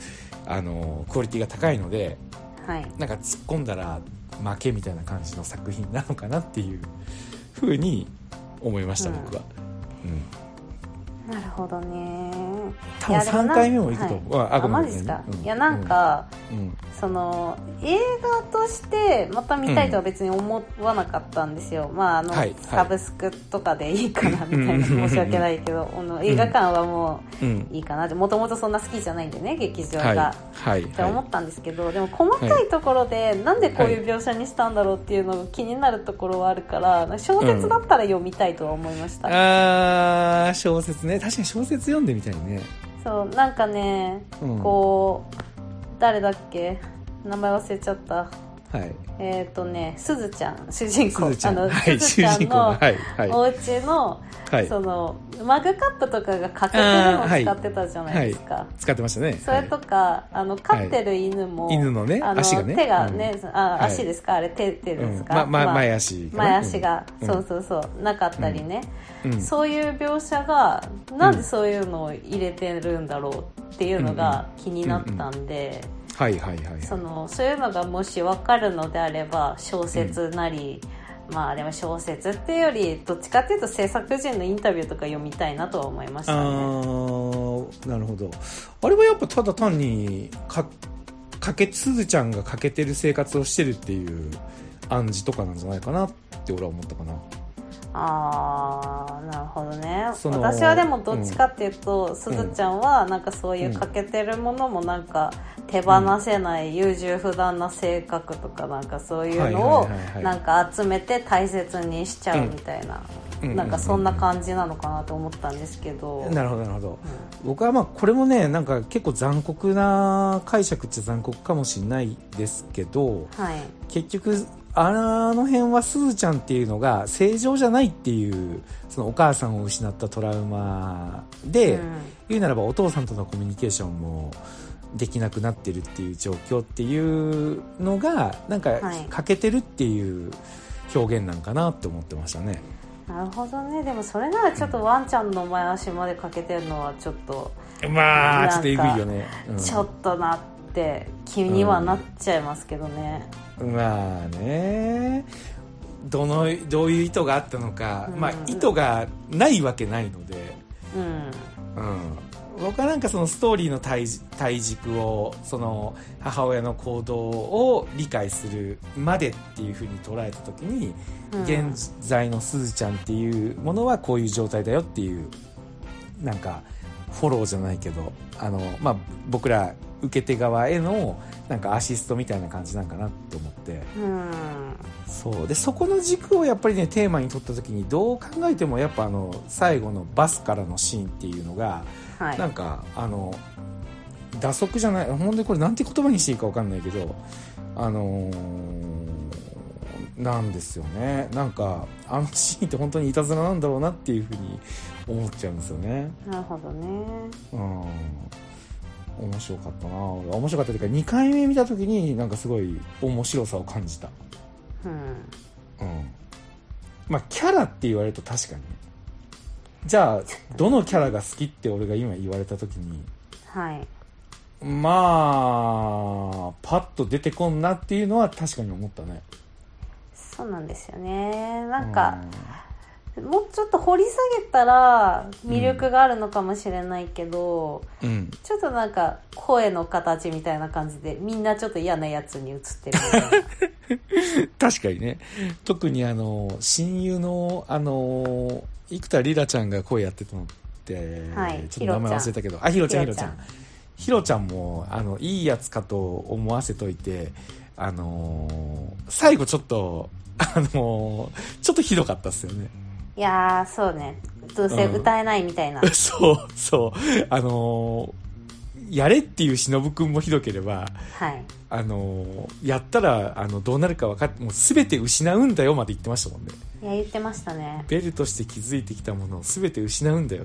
[SPEAKER 2] あのクオリティが高いので
[SPEAKER 3] はい
[SPEAKER 2] なんか突っ込んだら負けみたいな感じの作品なのかなっていうふうに思いました、
[SPEAKER 3] うん
[SPEAKER 2] 僕は、うん、
[SPEAKER 3] なるほどね
[SPEAKER 2] 多分
[SPEAKER 3] いやでも
[SPEAKER 2] 3
[SPEAKER 3] なん
[SPEAKER 2] 回目も行くと思う、
[SPEAKER 3] あ
[SPEAKER 2] ごめん
[SPEAKER 3] マジですか、
[SPEAKER 2] うん
[SPEAKER 3] いやなんか、
[SPEAKER 2] うん
[SPEAKER 3] その映画としてまた見たいとは別に思わなかったんですよ、まああの、
[SPEAKER 2] はいはい
[SPEAKER 3] サブスクとかでいいかなみたいな
[SPEAKER 2] うん
[SPEAKER 3] 申し訳ないけどあの映画館はも
[SPEAKER 2] うん
[SPEAKER 3] ういいかなってもともとそんな好きじゃないんでね劇場が、
[SPEAKER 2] はいはい
[SPEAKER 3] って思
[SPEAKER 2] は
[SPEAKER 3] ったんですけど、でも細かいところで、なんでこういう描写にしたんだろうっていうのが気になるところはあるから、小説だったら読みたいとは思いました、
[SPEAKER 2] いあー小説ね確かに小説読んでみたいね
[SPEAKER 3] そうなんかね、
[SPEAKER 2] うん
[SPEAKER 3] こう誰だっけ名前忘れちゃった
[SPEAKER 2] はい
[SPEAKER 3] えっ、とねすずちゃん主人
[SPEAKER 2] す
[SPEAKER 3] 公
[SPEAKER 2] ずちゃん
[SPEAKER 3] あの、
[SPEAKER 2] はい主
[SPEAKER 3] すずちゃん
[SPEAKER 2] 人公の
[SPEAKER 3] の
[SPEAKER 2] はいはい
[SPEAKER 3] お家の、
[SPEAKER 2] はい
[SPEAKER 3] そのマグカップとかが欠けてるの
[SPEAKER 2] あ
[SPEAKER 3] を
[SPEAKER 2] ー
[SPEAKER 3] 使ってたじゃないですか、
[SPEAKER 2] 使ってましたね
[SPEAKER 3] それとか、あの飼ってる犬も、
[SPEAKER 2] はい犬のね
[SPEAKER 3] あの
[SPEAKER 2] 足がね
[SPEAKER 3] 手がね、あ
[SPEAKER 2] はい
[SPEAKER 3] 足ですか、あれ手
[SPEAKER 2] は
[SPEAKER 3] 手
[SPEAKER 2] い
[SPEAKER 3] で
[SPEAKER 2] う
[SPEAKER 3] す
[SPEAKER 2] ん
[SPEAKER 3] か、
[SPEAKER 2] まま
[SPEAKER 3] まあ
[SPEAKER 2] 前足かな
[SPEAKER 3] 前足が、
[SPEAKER 2] うん
[SPEAKER 3] そうそうそうなかったりね、
[SPEAKER 2] うん
[SPEAKER 3] そういう描写がなんでそういうのを入れてるんだろうっていうのが気になったんで、
[SPEAKER 2] はいはいはい
[SPEAKER 3] そのそういうのがもし分かるのであれば小説なり、まあでも小説っていうよりどっちかっていうと制作人のインタビューとか読みたいなとは思いましたね。
[SPEAKER 2] あーなるほどあれはやっぱただ単にかかけすずちゃんが欠けてる生活をしてるっていう暗示とかなんじゃないかなって俺は思ったかな
[SPEAKER 3] あーなるほどね
[SPEAKER 2] その
[SPEAKER 3] 私はでもどっちかっていうと、すずちゃんはなんかそういう欠けてるものもなんか手放せない優柔不断な性格とかなんかそういうの
[SPEAKER 2] はい
[SPEAKER 3] を
[SPEAKER 2] はいはいはい
[SPEAKER 3] なんか集めて大切にしちゃうみたいな、
[SPEAKER 2] うん
[SPEAKER 3] なんかそんな感じなのかなと思ったんですけど、
[SPEAKER 2] なるほどなるほど、僕はまあこれもねなんか結構残酷な解釈っちゃ残酷かもしれないですけど
[SPEAKER 3] はい
[SPEAKER 2] 結局あの辺はすずちゃんっていうのが正常じゃないっていうそのお母さんを失ったトラウマで、
[SPEAKER 3] うん
[SPEAKER 2] 言うならばお父さんとのコミュニケーションもできなくなってるっていう状況っていうのがなんか
[SPEAKER 3] はい
[SPEAKER 2] 欠けてるっていう表現なんかなって思ってましたね。
[SPEAKER 3] なるほどねでもそれならちょっとワンちゃんの前足までかけてるのはちょっと、
[SPEAKER 2] ま
[SPEAKER 3] なん
[SPEAKER 2] あ
[SPEAKER 3] か
[SPEAKER 2] ちょっとえぐいよね。うん
[SPEAKER 3] ちょっとなって気にはなっちゃいますけどね、
[SPEAKER 2] まあねどのどういう意図があったのか、
[SPEAKER 3] うん
[SPEAKER 2] まあ意図がないわけないので、
[SPEAKER 3] うん、
[SPEAKER 2] うん、僕はなんかそのストーリーの対じ対軸をその母親の行動を理解するまでっていうふうに捉えた時に、
[SPEAKER 3] うん
[SPEAKER 2] 現在のすずちゃんっていうものはこういう状態だよっていうなんかフォローじゃないけどあの、まあ、僕ら受け手側へのなんかアシストみたいな感じなんかなと思って
[SPEAKER 3] うん
[SPEAKER 2] そうでそこの軸をやっぱりねテーマに取った時にどう考えてもやっぱあの最後のバスからのシーンっていうのが
[SPEAKER 3] はい
[SPEAKER 2] なんかあの打足じゃない本当にこれなんて言葉にしていいかわかんないけどあのーなんですよねなんかあのシーンって本当にいたずらなんだろうなっていうふうに思っちゃうんですよね
[SPEAKER 3] なるほどね
[SPEAKER 2] うん面白かったな俺面白かったというか2回目見た時になんかすごい面白さを感じた
[SPEAKER 3] うん
[SPEAKER 2] うんまあキャラって言われると確かにじゃあどのキャラが好きって俺が今言われた時に
[SPEAKER 3] はい
[SPEAKER 2] まあパッと出てこんなっていうのは確かに思ったね
[SPEAKER 3] そうなんですよねなんか、もうちょっと掘り下げたら魅力があるのかもしれないけど、
[SPEAKER 2] うん、うん
[SPEAKER 3] ちょっとなんか声の形みたいな感じでみんなちょっと嫌なやつに映ってるみたいな
[SPEAKER 2] 確かにね特にあの親友のあの生田リラちゃんが声やってたのって、
[SPEAKER 3] はい
[SPEAKER 2] ちょっと名前忘れたけどあひろちゃんひろちゃん
[SPEAKER 3] ひろ
[SPEAKER 2] ひろちゃんもあのいいやつかと思わせといてあのー最後ちょっとあのーちょっとひどかったっすよね
[SPEAKER 3] いやーそうねどうせ歌えないみたいな、
[SPEAKER 2] そうそうあのーやれっていう忍君もひどければ
[SPEAKER 3] はい
[SPEAKER 2] あのーやったらあのどうなるか分かってもう全て失うんだよまで言ってましたもんね
[SPEAKER 3] いや言ってましたね
[SPEAKER 2] ベルとして築いてきたものを全て失うんだよ、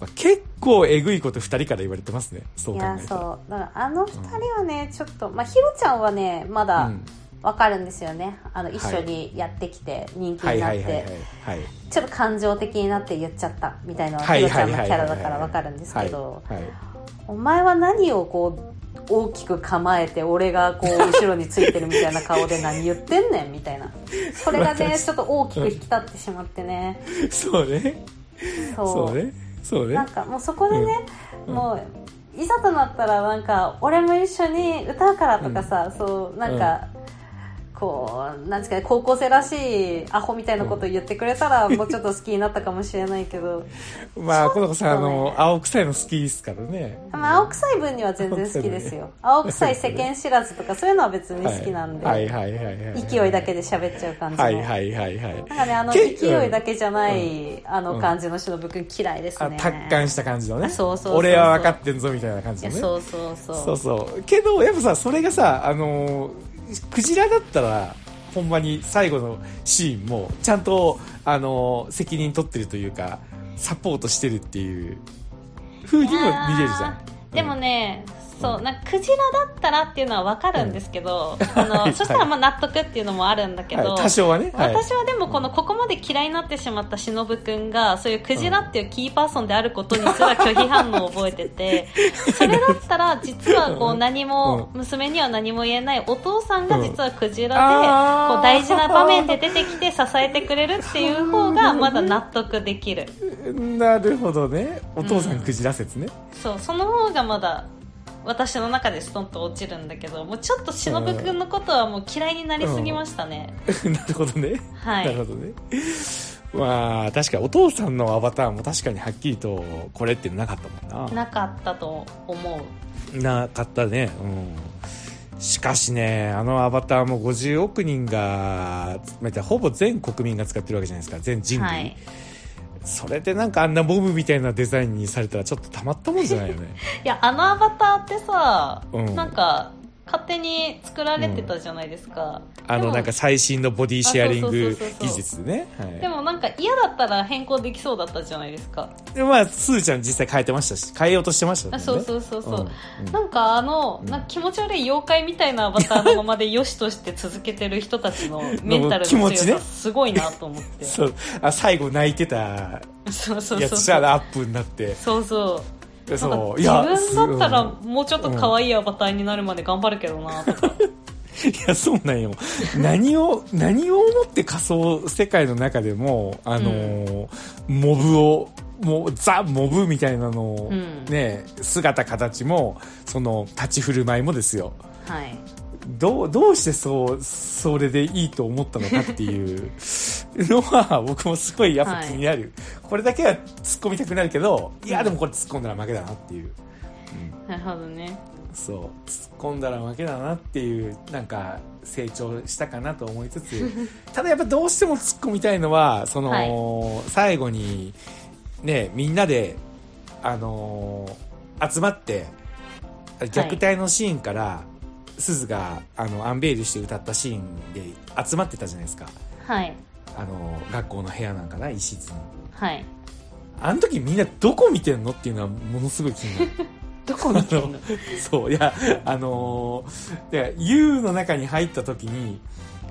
[SPEAKER 2] まあ、結構えぐいこと2人から言われてますねそう
[SPEAKER 3] い
[SPEAKER 2] 考
[SPEAKER 3] や
[SPEAKER 2] えたら
[SPEAKER 3] そうだからあの二人はね、ちょっとまあひろちゃんはねまだ
[SPEAKER 2] うん
[SPEAKER 3] わかるんですよね、あの一緒にやってきて人気
[SPEAKER 2] は
[SPEAKER 3] に
[SPEAKER 2] い
[SPEAKER 3] なっ
[SPEAKER 2] はいはいはい
[SPEAKER 3] て
[SPEAKER 2] はい
[SPEAKER 3] ちょっと感情的になって言っちゃったみたいなのは
[SPEAKER 2] は
[SPEAKER 3] ひ
[SPEAKER 2] い
[SPEAKER 3] ろち
[SPEAKER 2] は
[SPEAKER 3] ゃ
[SPEAKER 2] い
[SPEAKER 3] んのキ
[SPEAKER 2] はい
[SPEAKER 3] ャラだからわかるんですけど、
[SPEAKER 2] はいはい
[SPEAKER 3] お前は何をこう大きく構えて俺がこう後ろについてるみたいな顔で何言ってんねんみたいなそれ がねちょっと大きく引き立ってしまってね
[SPEAKER 2] そうね
[SPEAKER 3] そう
[SPEAKER 2] そうねそうね
[SPEAKER 3] なんかもうそこでね、もういざとなったらなんか俺も一緒に歌うからとかさ、そうなんか、こうなんですかね高校生らしいアホみたいなこと言ってくれた ら、もうちょっと好きになったかもしれないけど
[SPEAKER 2] まあこの子さんあ
[SPEAKER 3] そうね
[SPEAKER 2] の青臭いの好きですからね
[SPEAKER 3] まあ青臭い分には全然好きですよ青臭い世間知らずとかそういうのは別に好きなんで、
[SPEAKER 2] はいはいはいはいはい
[SPEAKER 3] 勢いだけで喋っちゃう感じの。
[SPEAKER 2] はいはいはいはい
[SPEAKER 3] なんかね、あの
[SPEAKER 2] け
[SPEAKER 3] 勢いだけじゃない、あの感じの忍君嫌いです
[SPEAKER 2] あ
[SPEAKER 3] ね。
[SPEAKER 2] 達観した感じのね
[SPEAKER 3] そうそうそうそう
[SPEAKER 2] 俺は分かってんぞみたいな感
[SPEAKER 3] い
[SPEAKER 2] じ
[SPEAKER 3] や
[SPEAKER 2] のね
[SPEAKER 3] そうそうそう。
[SPEAKER 2] そうそうけどやっぱさそれがさあのークジラだったらほんまに最後のシーンもちゃんとあのー責任取ってるというかサポートしてるっていう風にも見れるじゃ
[SPEAKER 3] いや
[SPEAKER 2] ん
[SPEAKER 3] ーでもね、そうなんかクジラだったらっていうのは分かるんですけど、あの
[SPEAKER 2] はい
[SPEAKER 3] そしたらまあ納得っていうのもあるんだけど、
[SPEAKER 2] はい多少はねはい
[SPEAKER 3] 私はでもこのここまで嫌いになってしまった忍君がそういうクジラっていうキーパーソンであることにすら拒否反応を覚えててそれだったら実はこう何も
[SPEAKER 2] う
[SPEAKER 3] 娘には何も言えないお父さんが実はクジラ
[SPEAKER 2] うん
[SPEAKER 3] で
[SPEAKER 2] あー
[SPEAKER 3] こう大事な場面で出てきて支えてくれるっていう方がまだ納得できる。
[SPEAKER 2] なるほどねお父さんクジラ説ね、
[SPEAKER 3] そうその方がまだ私の中でストンと落ちるんだけどもうちょっと忍君のことはもう嫌いになりすぎましたね、
[SPEAKER 2] なるほどね、
[SPEAKER 3] はい
[SPEAKER 2] なるほどねまあ確かにお父さんのアバターも確かにはっきりとこれってなかったもんな
[SPEAKER 3] なかったと思う
[SPEAKER 2] なかったねうんしかしねあのアバターも50億人がまあほぼ全国民が使ってるわけじゃないですか全人類、
[SPEAKER 3] はい
[SPEAKER 2] それでなんかあんなボブみたいなデザインにされたらちょっとたまったもんじゃないよね
[SPEAKER 3] いやあのアバターってさ、
[SPEAKER 2] うん
[SPEAKER 3] なんか勝手に作られてたじゃないですか、
[SPEAKER 2] あ
[SPEAKER 3] で
[SPEAKER 2] の
[SPEAKER 3] も
[SPEAKER 2] なんか最新のボディシェアリン
[SPEAKER 3] あ
[SPEAKER 2] グ
[SPEAKER 3] そうそうそうそう
[SPEAKER 2] 技術でねはい
[SPEAKER 3] でもなんか嫌だったら変更できそうだったじゃないですか
[SPEAKER 2] でまあすーちゃん実際変えてましたし変えようとしてましたもん
[SPEAKER 3] あ
[SPEAKER 2] ね
[SPEAKER 3] そうそうそうそう、
[SPEAKER 2] うんうん
[SPEAKER 3] なんかあのなんか気持ち悪い妖怪みたいなアバターのままでよしとして続けてる人たちのメンタルの
[SPEAKER 2] 気持
[SPEAKER 3] 強
[SPEAKER 2] ちね
[SPEAKER 3] さすごいなと思って
[SPEAKER 2] そうあ最後泣いてた
[SPEAKER 3] そうそう
[SPEAKER 2] や
[SPEAKER 3] そう
[SPEAKER 2] つ
[SPEAKER 3] そ
[SPEAKER 2] さ
[SPEAKER 3] う
[SPEAKER 2] アップになって
[SPEAKER 3] そうそうなん
[SPEAKER 2] そ
[SPEAKER 3] か
[SPEAKER 2] ういや
[SPEAKER 3] 自分だったら
[SPEAKER 2] うん
[SPEAKER 3] もうちょっと可愛いアバターになるまで頑張るけど なとか、
[SPEAKER 2] いやそうなんよ何を何を思って仮想世界の中でもあのーモブをもうザ・モブみたいなのを、
[SPEAKER 3] うん
[SPEAKER 2] ね姿形もその立ち振る舞いもですよ
[SPEAKER 3] はい、
[SPEAKER 2] どうどうしてそうそれでいいと思ったのかっていうのは僕もすごいやっぱ気になる、これだけは突っ込みたくなるけどいやでもこれ突っ込んだら負けだなっていう
[SPEAKER 3] なるほどね
[SPEAKER 2] そう突っ込んだら負けだなっていうなんか成長したかなと思いつつただやっぱどうしても突っ込みたいのはその、最後にねみんなであのー集まって虐待のシーンから、すずがあのアンベールして歌ったシーンで集まってたじゃないですか
[SPEAKER 3] はい
[SPEAKER 2] あのー学校の部屋なんかな一室に
[SPEAKER 3] はい
[SPEAKER 2] あの時みんなどこ見てんのっていうのはものすごい気になる
[SPEAKER 3] どこ見てんの
[SPEAKER 2] そういやあのー、だから U の中に入った時に、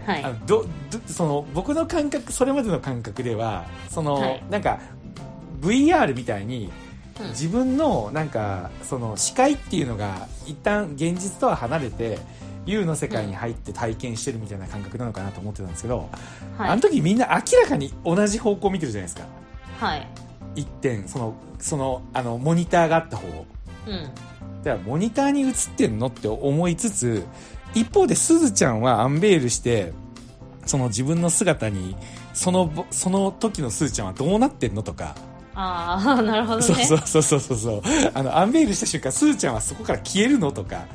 [SPEAKER 3] は
[SPEAKER 2] あ
[SPEAKER 3] い
[SPEAKER 2] のどどその僕の感覚それまでの感覚ではその、
[SPEAKER 3] はい
[SPEAKER 2] なんか VR みたいに
[SPEAKER 3] うん
[SPEAKER 2] 自分のなんかその視界っていうのが一旦現実とは離れて U の世界に入って体験してるみたいな感覚なのかなと思ってたんですけど、
[SPEAKER 3] は
[SPEAKER 2] あ
[SPEAKER 3] い
[SPEAKER 2] の時みんな明らかに同じ方向を見てるじゃないですか
[SPEAKER 3] はい
[SPEAKER 2] 一点そのそのあのモニターがあった方を。
[SPEAKER 3] うん
[SPEAKER 2] だからモニターに映ってんのって思いつつ一方ですずちゃんはアンベールしてその自分の姿にそのぼその時のすずちゃんはどうなってんのとか、
[SPEAKER 3] ああ なるほどね
[SPEAKER 2] そうそうそうそうそうそうあのアンベールした瞬間すずちゃんはそこから消えるのとか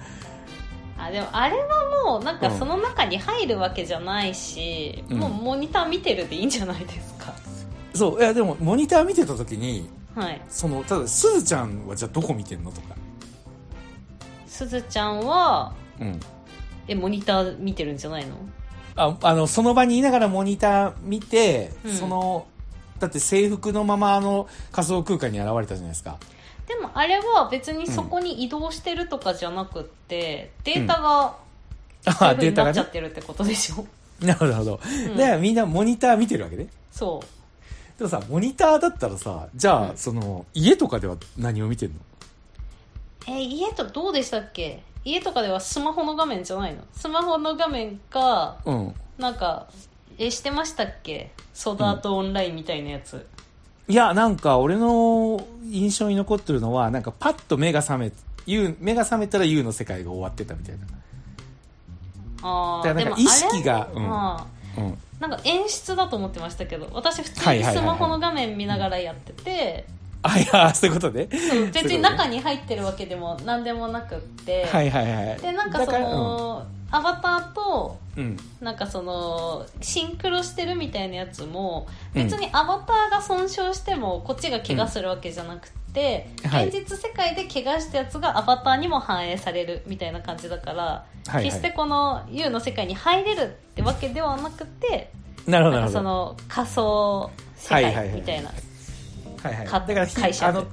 [SPEAKER 3] あでもあれはもうなんか
[SPEAKER 2] うん
[SPEAKER 3] その中に入るわけじゃないし、
[SPEAKER 2] うん
[SPEAKER 3] もうモニター見てるでいいんじゃないですか
[SPEAKER 2] そういやでもモニター見てた時に
[SPEAKER 3] はい
[SPEAKER 2] そのただすずちゃんはじゃあどこ見てんのとか、
[SPEAKER 3] すずちゃんは
[SPEAKER 2] うん、
[SPEAKER 3] えモニター見てるんじゃないの
[SPEAKER 2] ああのその場にいながらモニター見て、
[SPEAKER 3] うん
[SPEAKER 2] そのだって制服のままあの仮想空間に現れたじゃないですか
[SPEAKER 3] でもあれは別にそこに移動してるとかじゃなくって、データがそうい
[SPEAKER 2] あ
[SPEAKER 3] う風になっちゃってるってことでしょ、
[SPEAKER 2] なるほどなるほど。
[SPEAKER 3] うん
[SPEAKER 2] だからみんなモニター見てるわけね。
[SPEAKER 3] そ
[SPEAKER 2] でもさ、モニターだったらさ、じゃあ、
[SPEAKER 3] うん
[SPEAKER 2] その、家とかでは何を見てんの
[SPEAKER 3] うえ家とどうでしたっけ家とかではスマホの画面じゃないのスマホの画面か
[SPEAKER 2] うん。
[SPEAKER 3] なんかえしてましたっけソダートオンラインみたいなやつ、
[SPEAKER 2] いや、なんか俺の印象に残ってるのは、なんかパッと目が覚め、U、目が覚めたら U の世界が終わってたみたいな。
[SPEAKER 3] あ
[SPEAKER 2] だから
[SPEAKER 3] あで
[SPEAKER 2] なんか
[SPEAKER 3] もあ
[SPEAKER 2] 意
[SPEAKER 3] れ
[SPEAKER 2] 識がうん
[SPEAKER 3] あ
[SPEAKER 2] うん。
[SPEAKER 3] ーなんか演出だと思ってましたけど私普通
[SPEAKER 2] はい
[SPEAKER 3] に
[SPEAKER 2] はいはい
[SPEAKER 3] ス
[SPEAKER 2] はい
[SPEAKER 3] マホの画面見ながらやってて
[SPEAKER 2] あ、いや、そういうことね。
[SPEAKER 3] そう別に中
[SPEAKER 2] に。
[SPEAKER 3] に入ってるわけでも何でもなくって、
[SPEAKER 2] はいはいはい。
[SPEAKER 3] でなんかそ
[SPEAKER 2] だらうん
[SPEAKER 3] のアバターと
[SPEAKER 2] うん。
[SPEAKER 3] なんかそのシンクロしてるみたいなやつも
[SPEAKER 2] うん
[SPEAKER 3] 別にアバターが損傷してもこっちが怪我するわけじゃなくて、
[SPEAKER 2] うんはい
[SPEAKER 3] 現実世界で怪我したやつがアバターにも反映されるみたいな感じだから、
[SPEAKER 2] はい
[SPEAKER 3] 決してこの U の世界に入れるってわけではなくて
[SPEAKER 2] なるほど
[SPEAKER 3] な
[SPEAKER 2] なんるほ
[SPEAKER 3] か
[SPEAKER 2] ど。
[SPEAKER 3] その仮想世
[SPEAKER 2] はいはい
[SPEAKER 3] 界
[SPEAKER 2] はい
[SPEAKER 3] みたいな
[SPEAKER 2] はいはい。
[SPEAKER 3] か
[SPEAKER 2] だからひ、
[SPEAKER 3] 解釈
[SPEAKER 2] あの、だ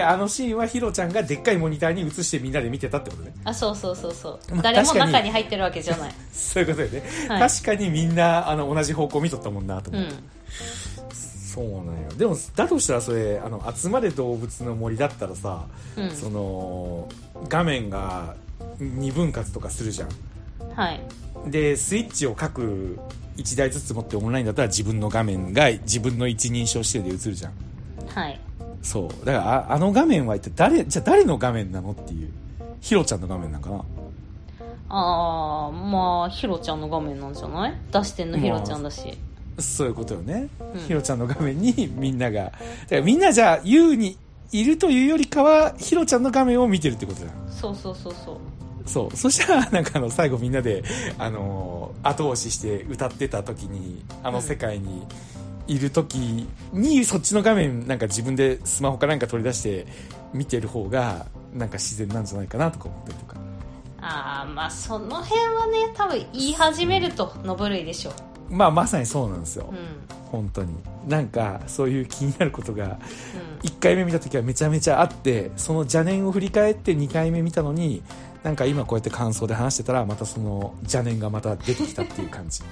[SPEAKER 2] からあのシーンはヒロちゃんがでっかいモニターに映してみんなで見てたってことね。
[SPEAKER 3] あそうそうそうそう、
[SPEAKER 2] まあ
[SPEAKER 3] 誰も
[SPEAKER 2] 確かに
[SPEAKER 3] 中に入ってるわけじゃない
[SPEAKER 2] そういうことよね。
[SPEAKER 3] はい
[SPEAKER 2] 確かにみんな、あの、同じ方向見とったもんなと
[SPEAKER 3] う
[SPEAKER 2] 思って。
[SPEAKER 3] ん
[SPEAKER 2] そうなんよでもだとしたらそれ「あの集まれ動物の森」だったらさ、
[SPEAKER 3] うん
[SPEAKER 2] その画面が2分割とかするじゃ
[SPEAKER 3] はい
[SPEAKER 2] んでスイッチを各1台ずつ持ってオンラインだったら自分の画面が自分の一人称視点で映るじゃん
[SPEAKER 3] はい
[SPEAKER 2] そうだからああの画面は一体誰じゃあ誰の画面なのっていうヒロちゃんの画面なんかな
[SPEAKER 3] ああまあヒロちゃんの画面なんじゃない出してんのヒロちゃんだし
[SPEAKER 2] そういうことよね、
[SPEAKER 3] うん
[SPEAKER 2] ひろちゃんの画面にみんながだからみんなじゃあ U にいるというよりかはひろちゃんの画面を見てるってことだ
[SPEAKER 3] そうそうそうそう
[SPEAKER 2] そうそしたらなんかあの最後みんなで、あのー後押しして歌ってた時にあの世界にいる時にそっちの画面なんか自分でスマホかなんか取り出して見てる方がなんか自然なんじゃないかなとか思ったりとか
[SPEAKER 3] ああまあその辺はね多分言い始めるとのぶるいでしょ
[SPEAKER 2] まあまさにそうなんですよ、
[SPEAKER 3] ううん
[SPEAKER 2] 本当になんかそういう気になることが
[SPEAKER 3] う
[SPEAKER 2] 1回目見た時はめちゃめちゃあってその邪念を振り返って2回目見たのになんか今こうやって感想で話してたらまたその邪念がまた出てきたっていう感じ
[SPEAKER 3] ん、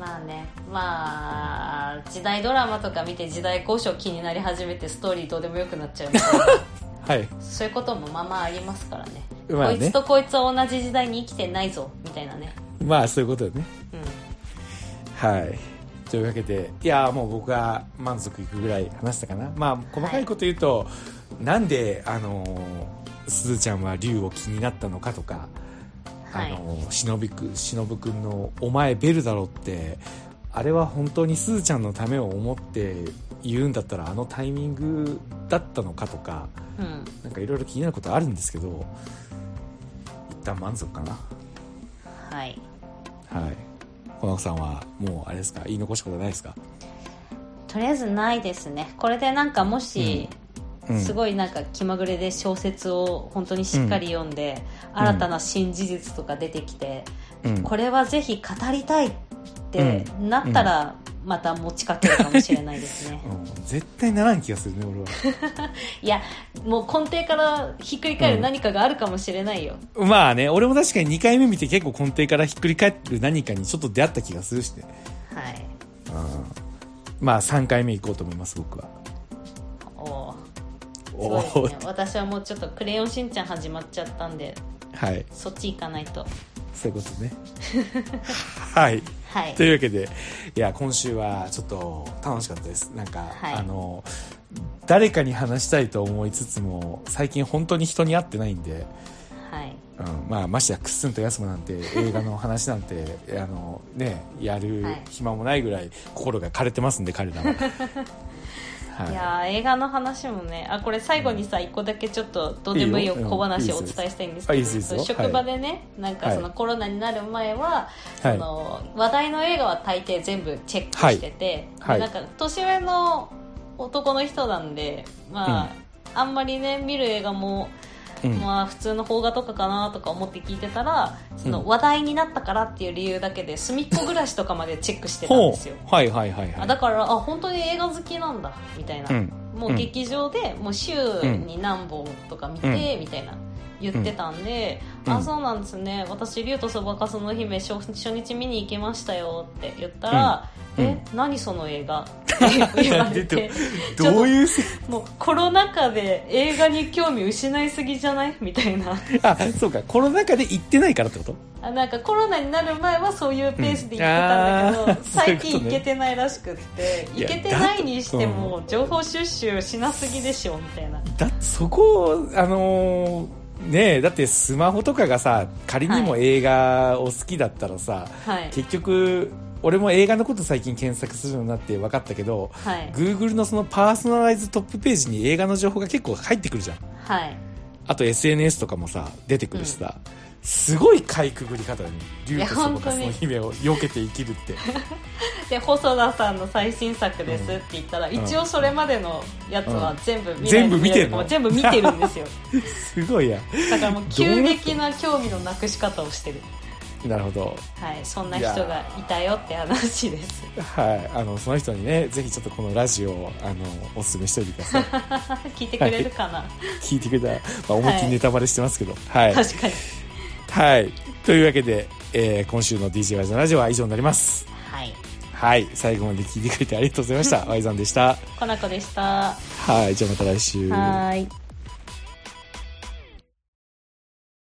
[SPEAKER 3] まあねまあ時代ドラマとか見て時代交渉気になり始めてストーリーどうでもよくなっちゃうみ たいな
[SPEAKER 2] はい
[SPEAKER 3] そういうこともまあまあありますからね
[SPEAKER 2] まあ
[SPEAKER 3] こい
[SPEAKER 2] ね
[SPEAKER 3] つとこいつは同じ時代に生きてないぞみたいなね
[SPEAKER 2] まあそういうことよね
[SPEAKER 3] うん
[SPEAKER 2] はいというわけでいやーもう僕は満足いくぐらい話したかなまあ細かいこと言うと、なんであのーすずちゃんは竜を気になったのかとか、
[SPEAKER 3] はい
[SPEAKER 2] あのーしのびくしのぶくんの「お前ベルだろ」ってあれは本当にすずちゃんのためを思って言うんだったらあのタイミングだったのかとか
[SPEAKER 3] うん
[SPEAKER 2] なんかいろいろ気になることあるんですけど一旦満足かな
[SPEAKER 3] はい
[SPEAKER 2] はい小野さんはもうあれですか言い残したことないですか
[SPEAKER 3] とりあえずないですねこれでなんかもし、
[SPEAKER 2] うん
[SPEAKER 3] すごいなんか気まぐれで小説を本当にしっかり読んで、
[SPEAKER 2] ん
[SPEAKER 3] 新たな新事実とか出てきて、
[SPEAKER 2] うん
[SPEAKER 3] これはぜひ語りたいってなったら、また持ちかけるかもしれないですね
[SPEAKER 2] うん絶対ならん気がするね俺はい
[SPEAKER 3] やもう根底からひっくり返る何かがあるかもしれないよ、
[SPEAKER 2] まあね俺も確かに2回目見て結構根底からひっくり返る何かにちょっと出会った気がするしね
[SPEAKER 3] はい
[SPEAKER 2] まあ3回目行こうと思います僕は
[SPEAKER 3] おーす
[SPEAKER 2] お
[SPEAKER 3] ごいで
[SPEAKER 2] ー
[SPEAKER 3] すね私はもうちょっと「クレヨンしんちゃん」始まっちゃったんで
[SPEAKER 2] はい
[SPEAKER 3] そっち行かないと
[SPEAKER 2] そういうことね はい
[SPEAKER 3] はい
[SPEAKER 2] というわけでいや今週はちょっと楽しかったですなんか、
[SPEAKER 3] はい
[SPEAKER 2] あの誰かに話したいと思いつつも最近本当に人に会ってないんで
[SPEAKER 3] はい
[SPEAKER 2] うんまあ、ましてや「くっすんとやすむ」なんて映画の話なんて あの、ね、やる
[SPEAKER 3] はい
[SPEAKER 2] 暇もないぐらい心が枯れてますんで彼ら は。はい
[SPEAKER 3] いやー映画の話もねあこれ最後にさ一個だけちょっとどうでもいいよ
[SPEAKER 2] いいよ
[SPEAKER 3] 小話を
[SPEAKER 2] う
[SPEAKER 3] お
[SPEAKER 2] んいいです
[SPEAKER 3] 伝えしたいんですけ
[SPEAKER 2] あい
[SPEAKER 3] ど
[SPEAKER 2] いですいいです
[SPEAKER 3] そう
[SPEAKER 2] よ
[SPEAKER 3] 職場でね、なんかその
[SPEAKER 2] はい
[SPEAKER 3] コロナになる前は、
[SPEAKER 2] はい
[SPEAKER 3] その話題の映画は大抵全部チェックしてて、
[SPEAKER 2] はい
[SPEAKER 3] でなんか年上の男の人なんでまあ、あんまりね見る映画も
[SPEAKER 2] うん
[SPEAKER 3] まあ、普通の邦画とかかなとか思って聞いてたらそうの
[SPEAKER 2] ん
[SPEAKER 3] 話題になったからっていう理由だけで隅っこ暮らしとかまでチェックしてたん
[SPEAKER 2] ほ
[SPEAKER 3] ですよ
[SPEAKER 2] うはいはいはいは
[SPEAKER 3] あ
[SPEAKER 2] い
[SPEAKER 3] だからあ本当に映画好きなんだみたいな、
[SPEAKER 2] うん
[SPEAKER 3] もう劇場でもう週に何本とか見て、みたいな言ってたんで、
[SPEAKER 2] うん
[SPEAKER 3] あそうなんですね私「竜とそばかすの姫初」初日見に行きましたよって言ったら「
[SPEAKER 2] うんうん
[SPEAKER 3] え何その映画?」って言われてちょ
[SPEAKER 2] ど
[SPEAKER 3] っと
[SPEAKER 2] ういう
[SPEAKER 3] もうコロナ禍で映画に興味失いすぎじゃないみたいな
[SPEAKER 2] あそうかコロナ禍で行ってないからってこと
[SPEAKER 3] あなんかコロナになる前はそういうペースで行ってたんだけど、
[SPEAKER 2] うんあ ー
[SPEAKER 3] 最
[SPEAKER 2] そういう
[SPEAKER 3] 近
[SPEAKER 2] こと
[SPEAKER 3] 行
[SPEAKER 2] ね
[SPEAKER 3] けてないらしくって
[SPEAKER 2] い
[SPEAKER 3] 行
[SPEAKER 2] や
[SPEAKER 3] けてないにしても情報収集しなすぎでしょみたいな
[SPEAKER 2] だってそこあのーねえだってスマホとかがさ仮にも
[SPEAKER 3] は
[SPEAKER 2] 映画を好きだったらさ、
[SPEAKER 3] はい
[SPEAKER 2] 結局俺も映画のこと最近検索するようになって分かったけど、
[SPEAKER 3] はい
[SPEAKER 2] Google のそのパーソナライズトップページに映画の情報が結構入ってくるじゃん
[SPEAKER 3] はい
[SPEAKER 2] あと SNS とかもさ出てくるしさ、すごいかいくぐり方だね竜とそばかすの姫を避けて生きるって
[SPEAKER 3] で細田さんの最新作ですって言ったら、
[SPEAKER 2] ん
[SPEAKER 3] 一応それまでのやつは
[SPEAKER 2] うん
[SPEAKER 3] 全部見
[SPEAKER 2] 全部見てんの
[SPEAKER 3] 全部見てる んですよ
[SPEAKER 2] すごいや
[SPEAKER 3] だからもう急激な興味のなくし方をしてる
[SPEAKER 2] なるほど
[SPEAKER 3] はいそんな人がいたよって話です
[SPEAKER 2] はいあのその人にねぜひちょっとこのラジオをあのおすすめしておいてくだ さい
[SPEAKER 3] 聞いてくれるかな、
[SPEAKER 2] 聞いてくれたら、まあ、思いっきりネタバレしてますけどはい、はい
[SPEAKER 3] 確かに
[SPEAKER 2] というわけで、えー今週の DJ ワイザンラジオは以上になります
[SPEAKER 3] はい
[SPEAKER 2] はい最後まで 聞いてくれてありがとうございましたワイザンでした
[SPEAKER 3] コナコでした
[SPEAKER 2] はいじゃあまた来週
[SPEAKER 3] はーい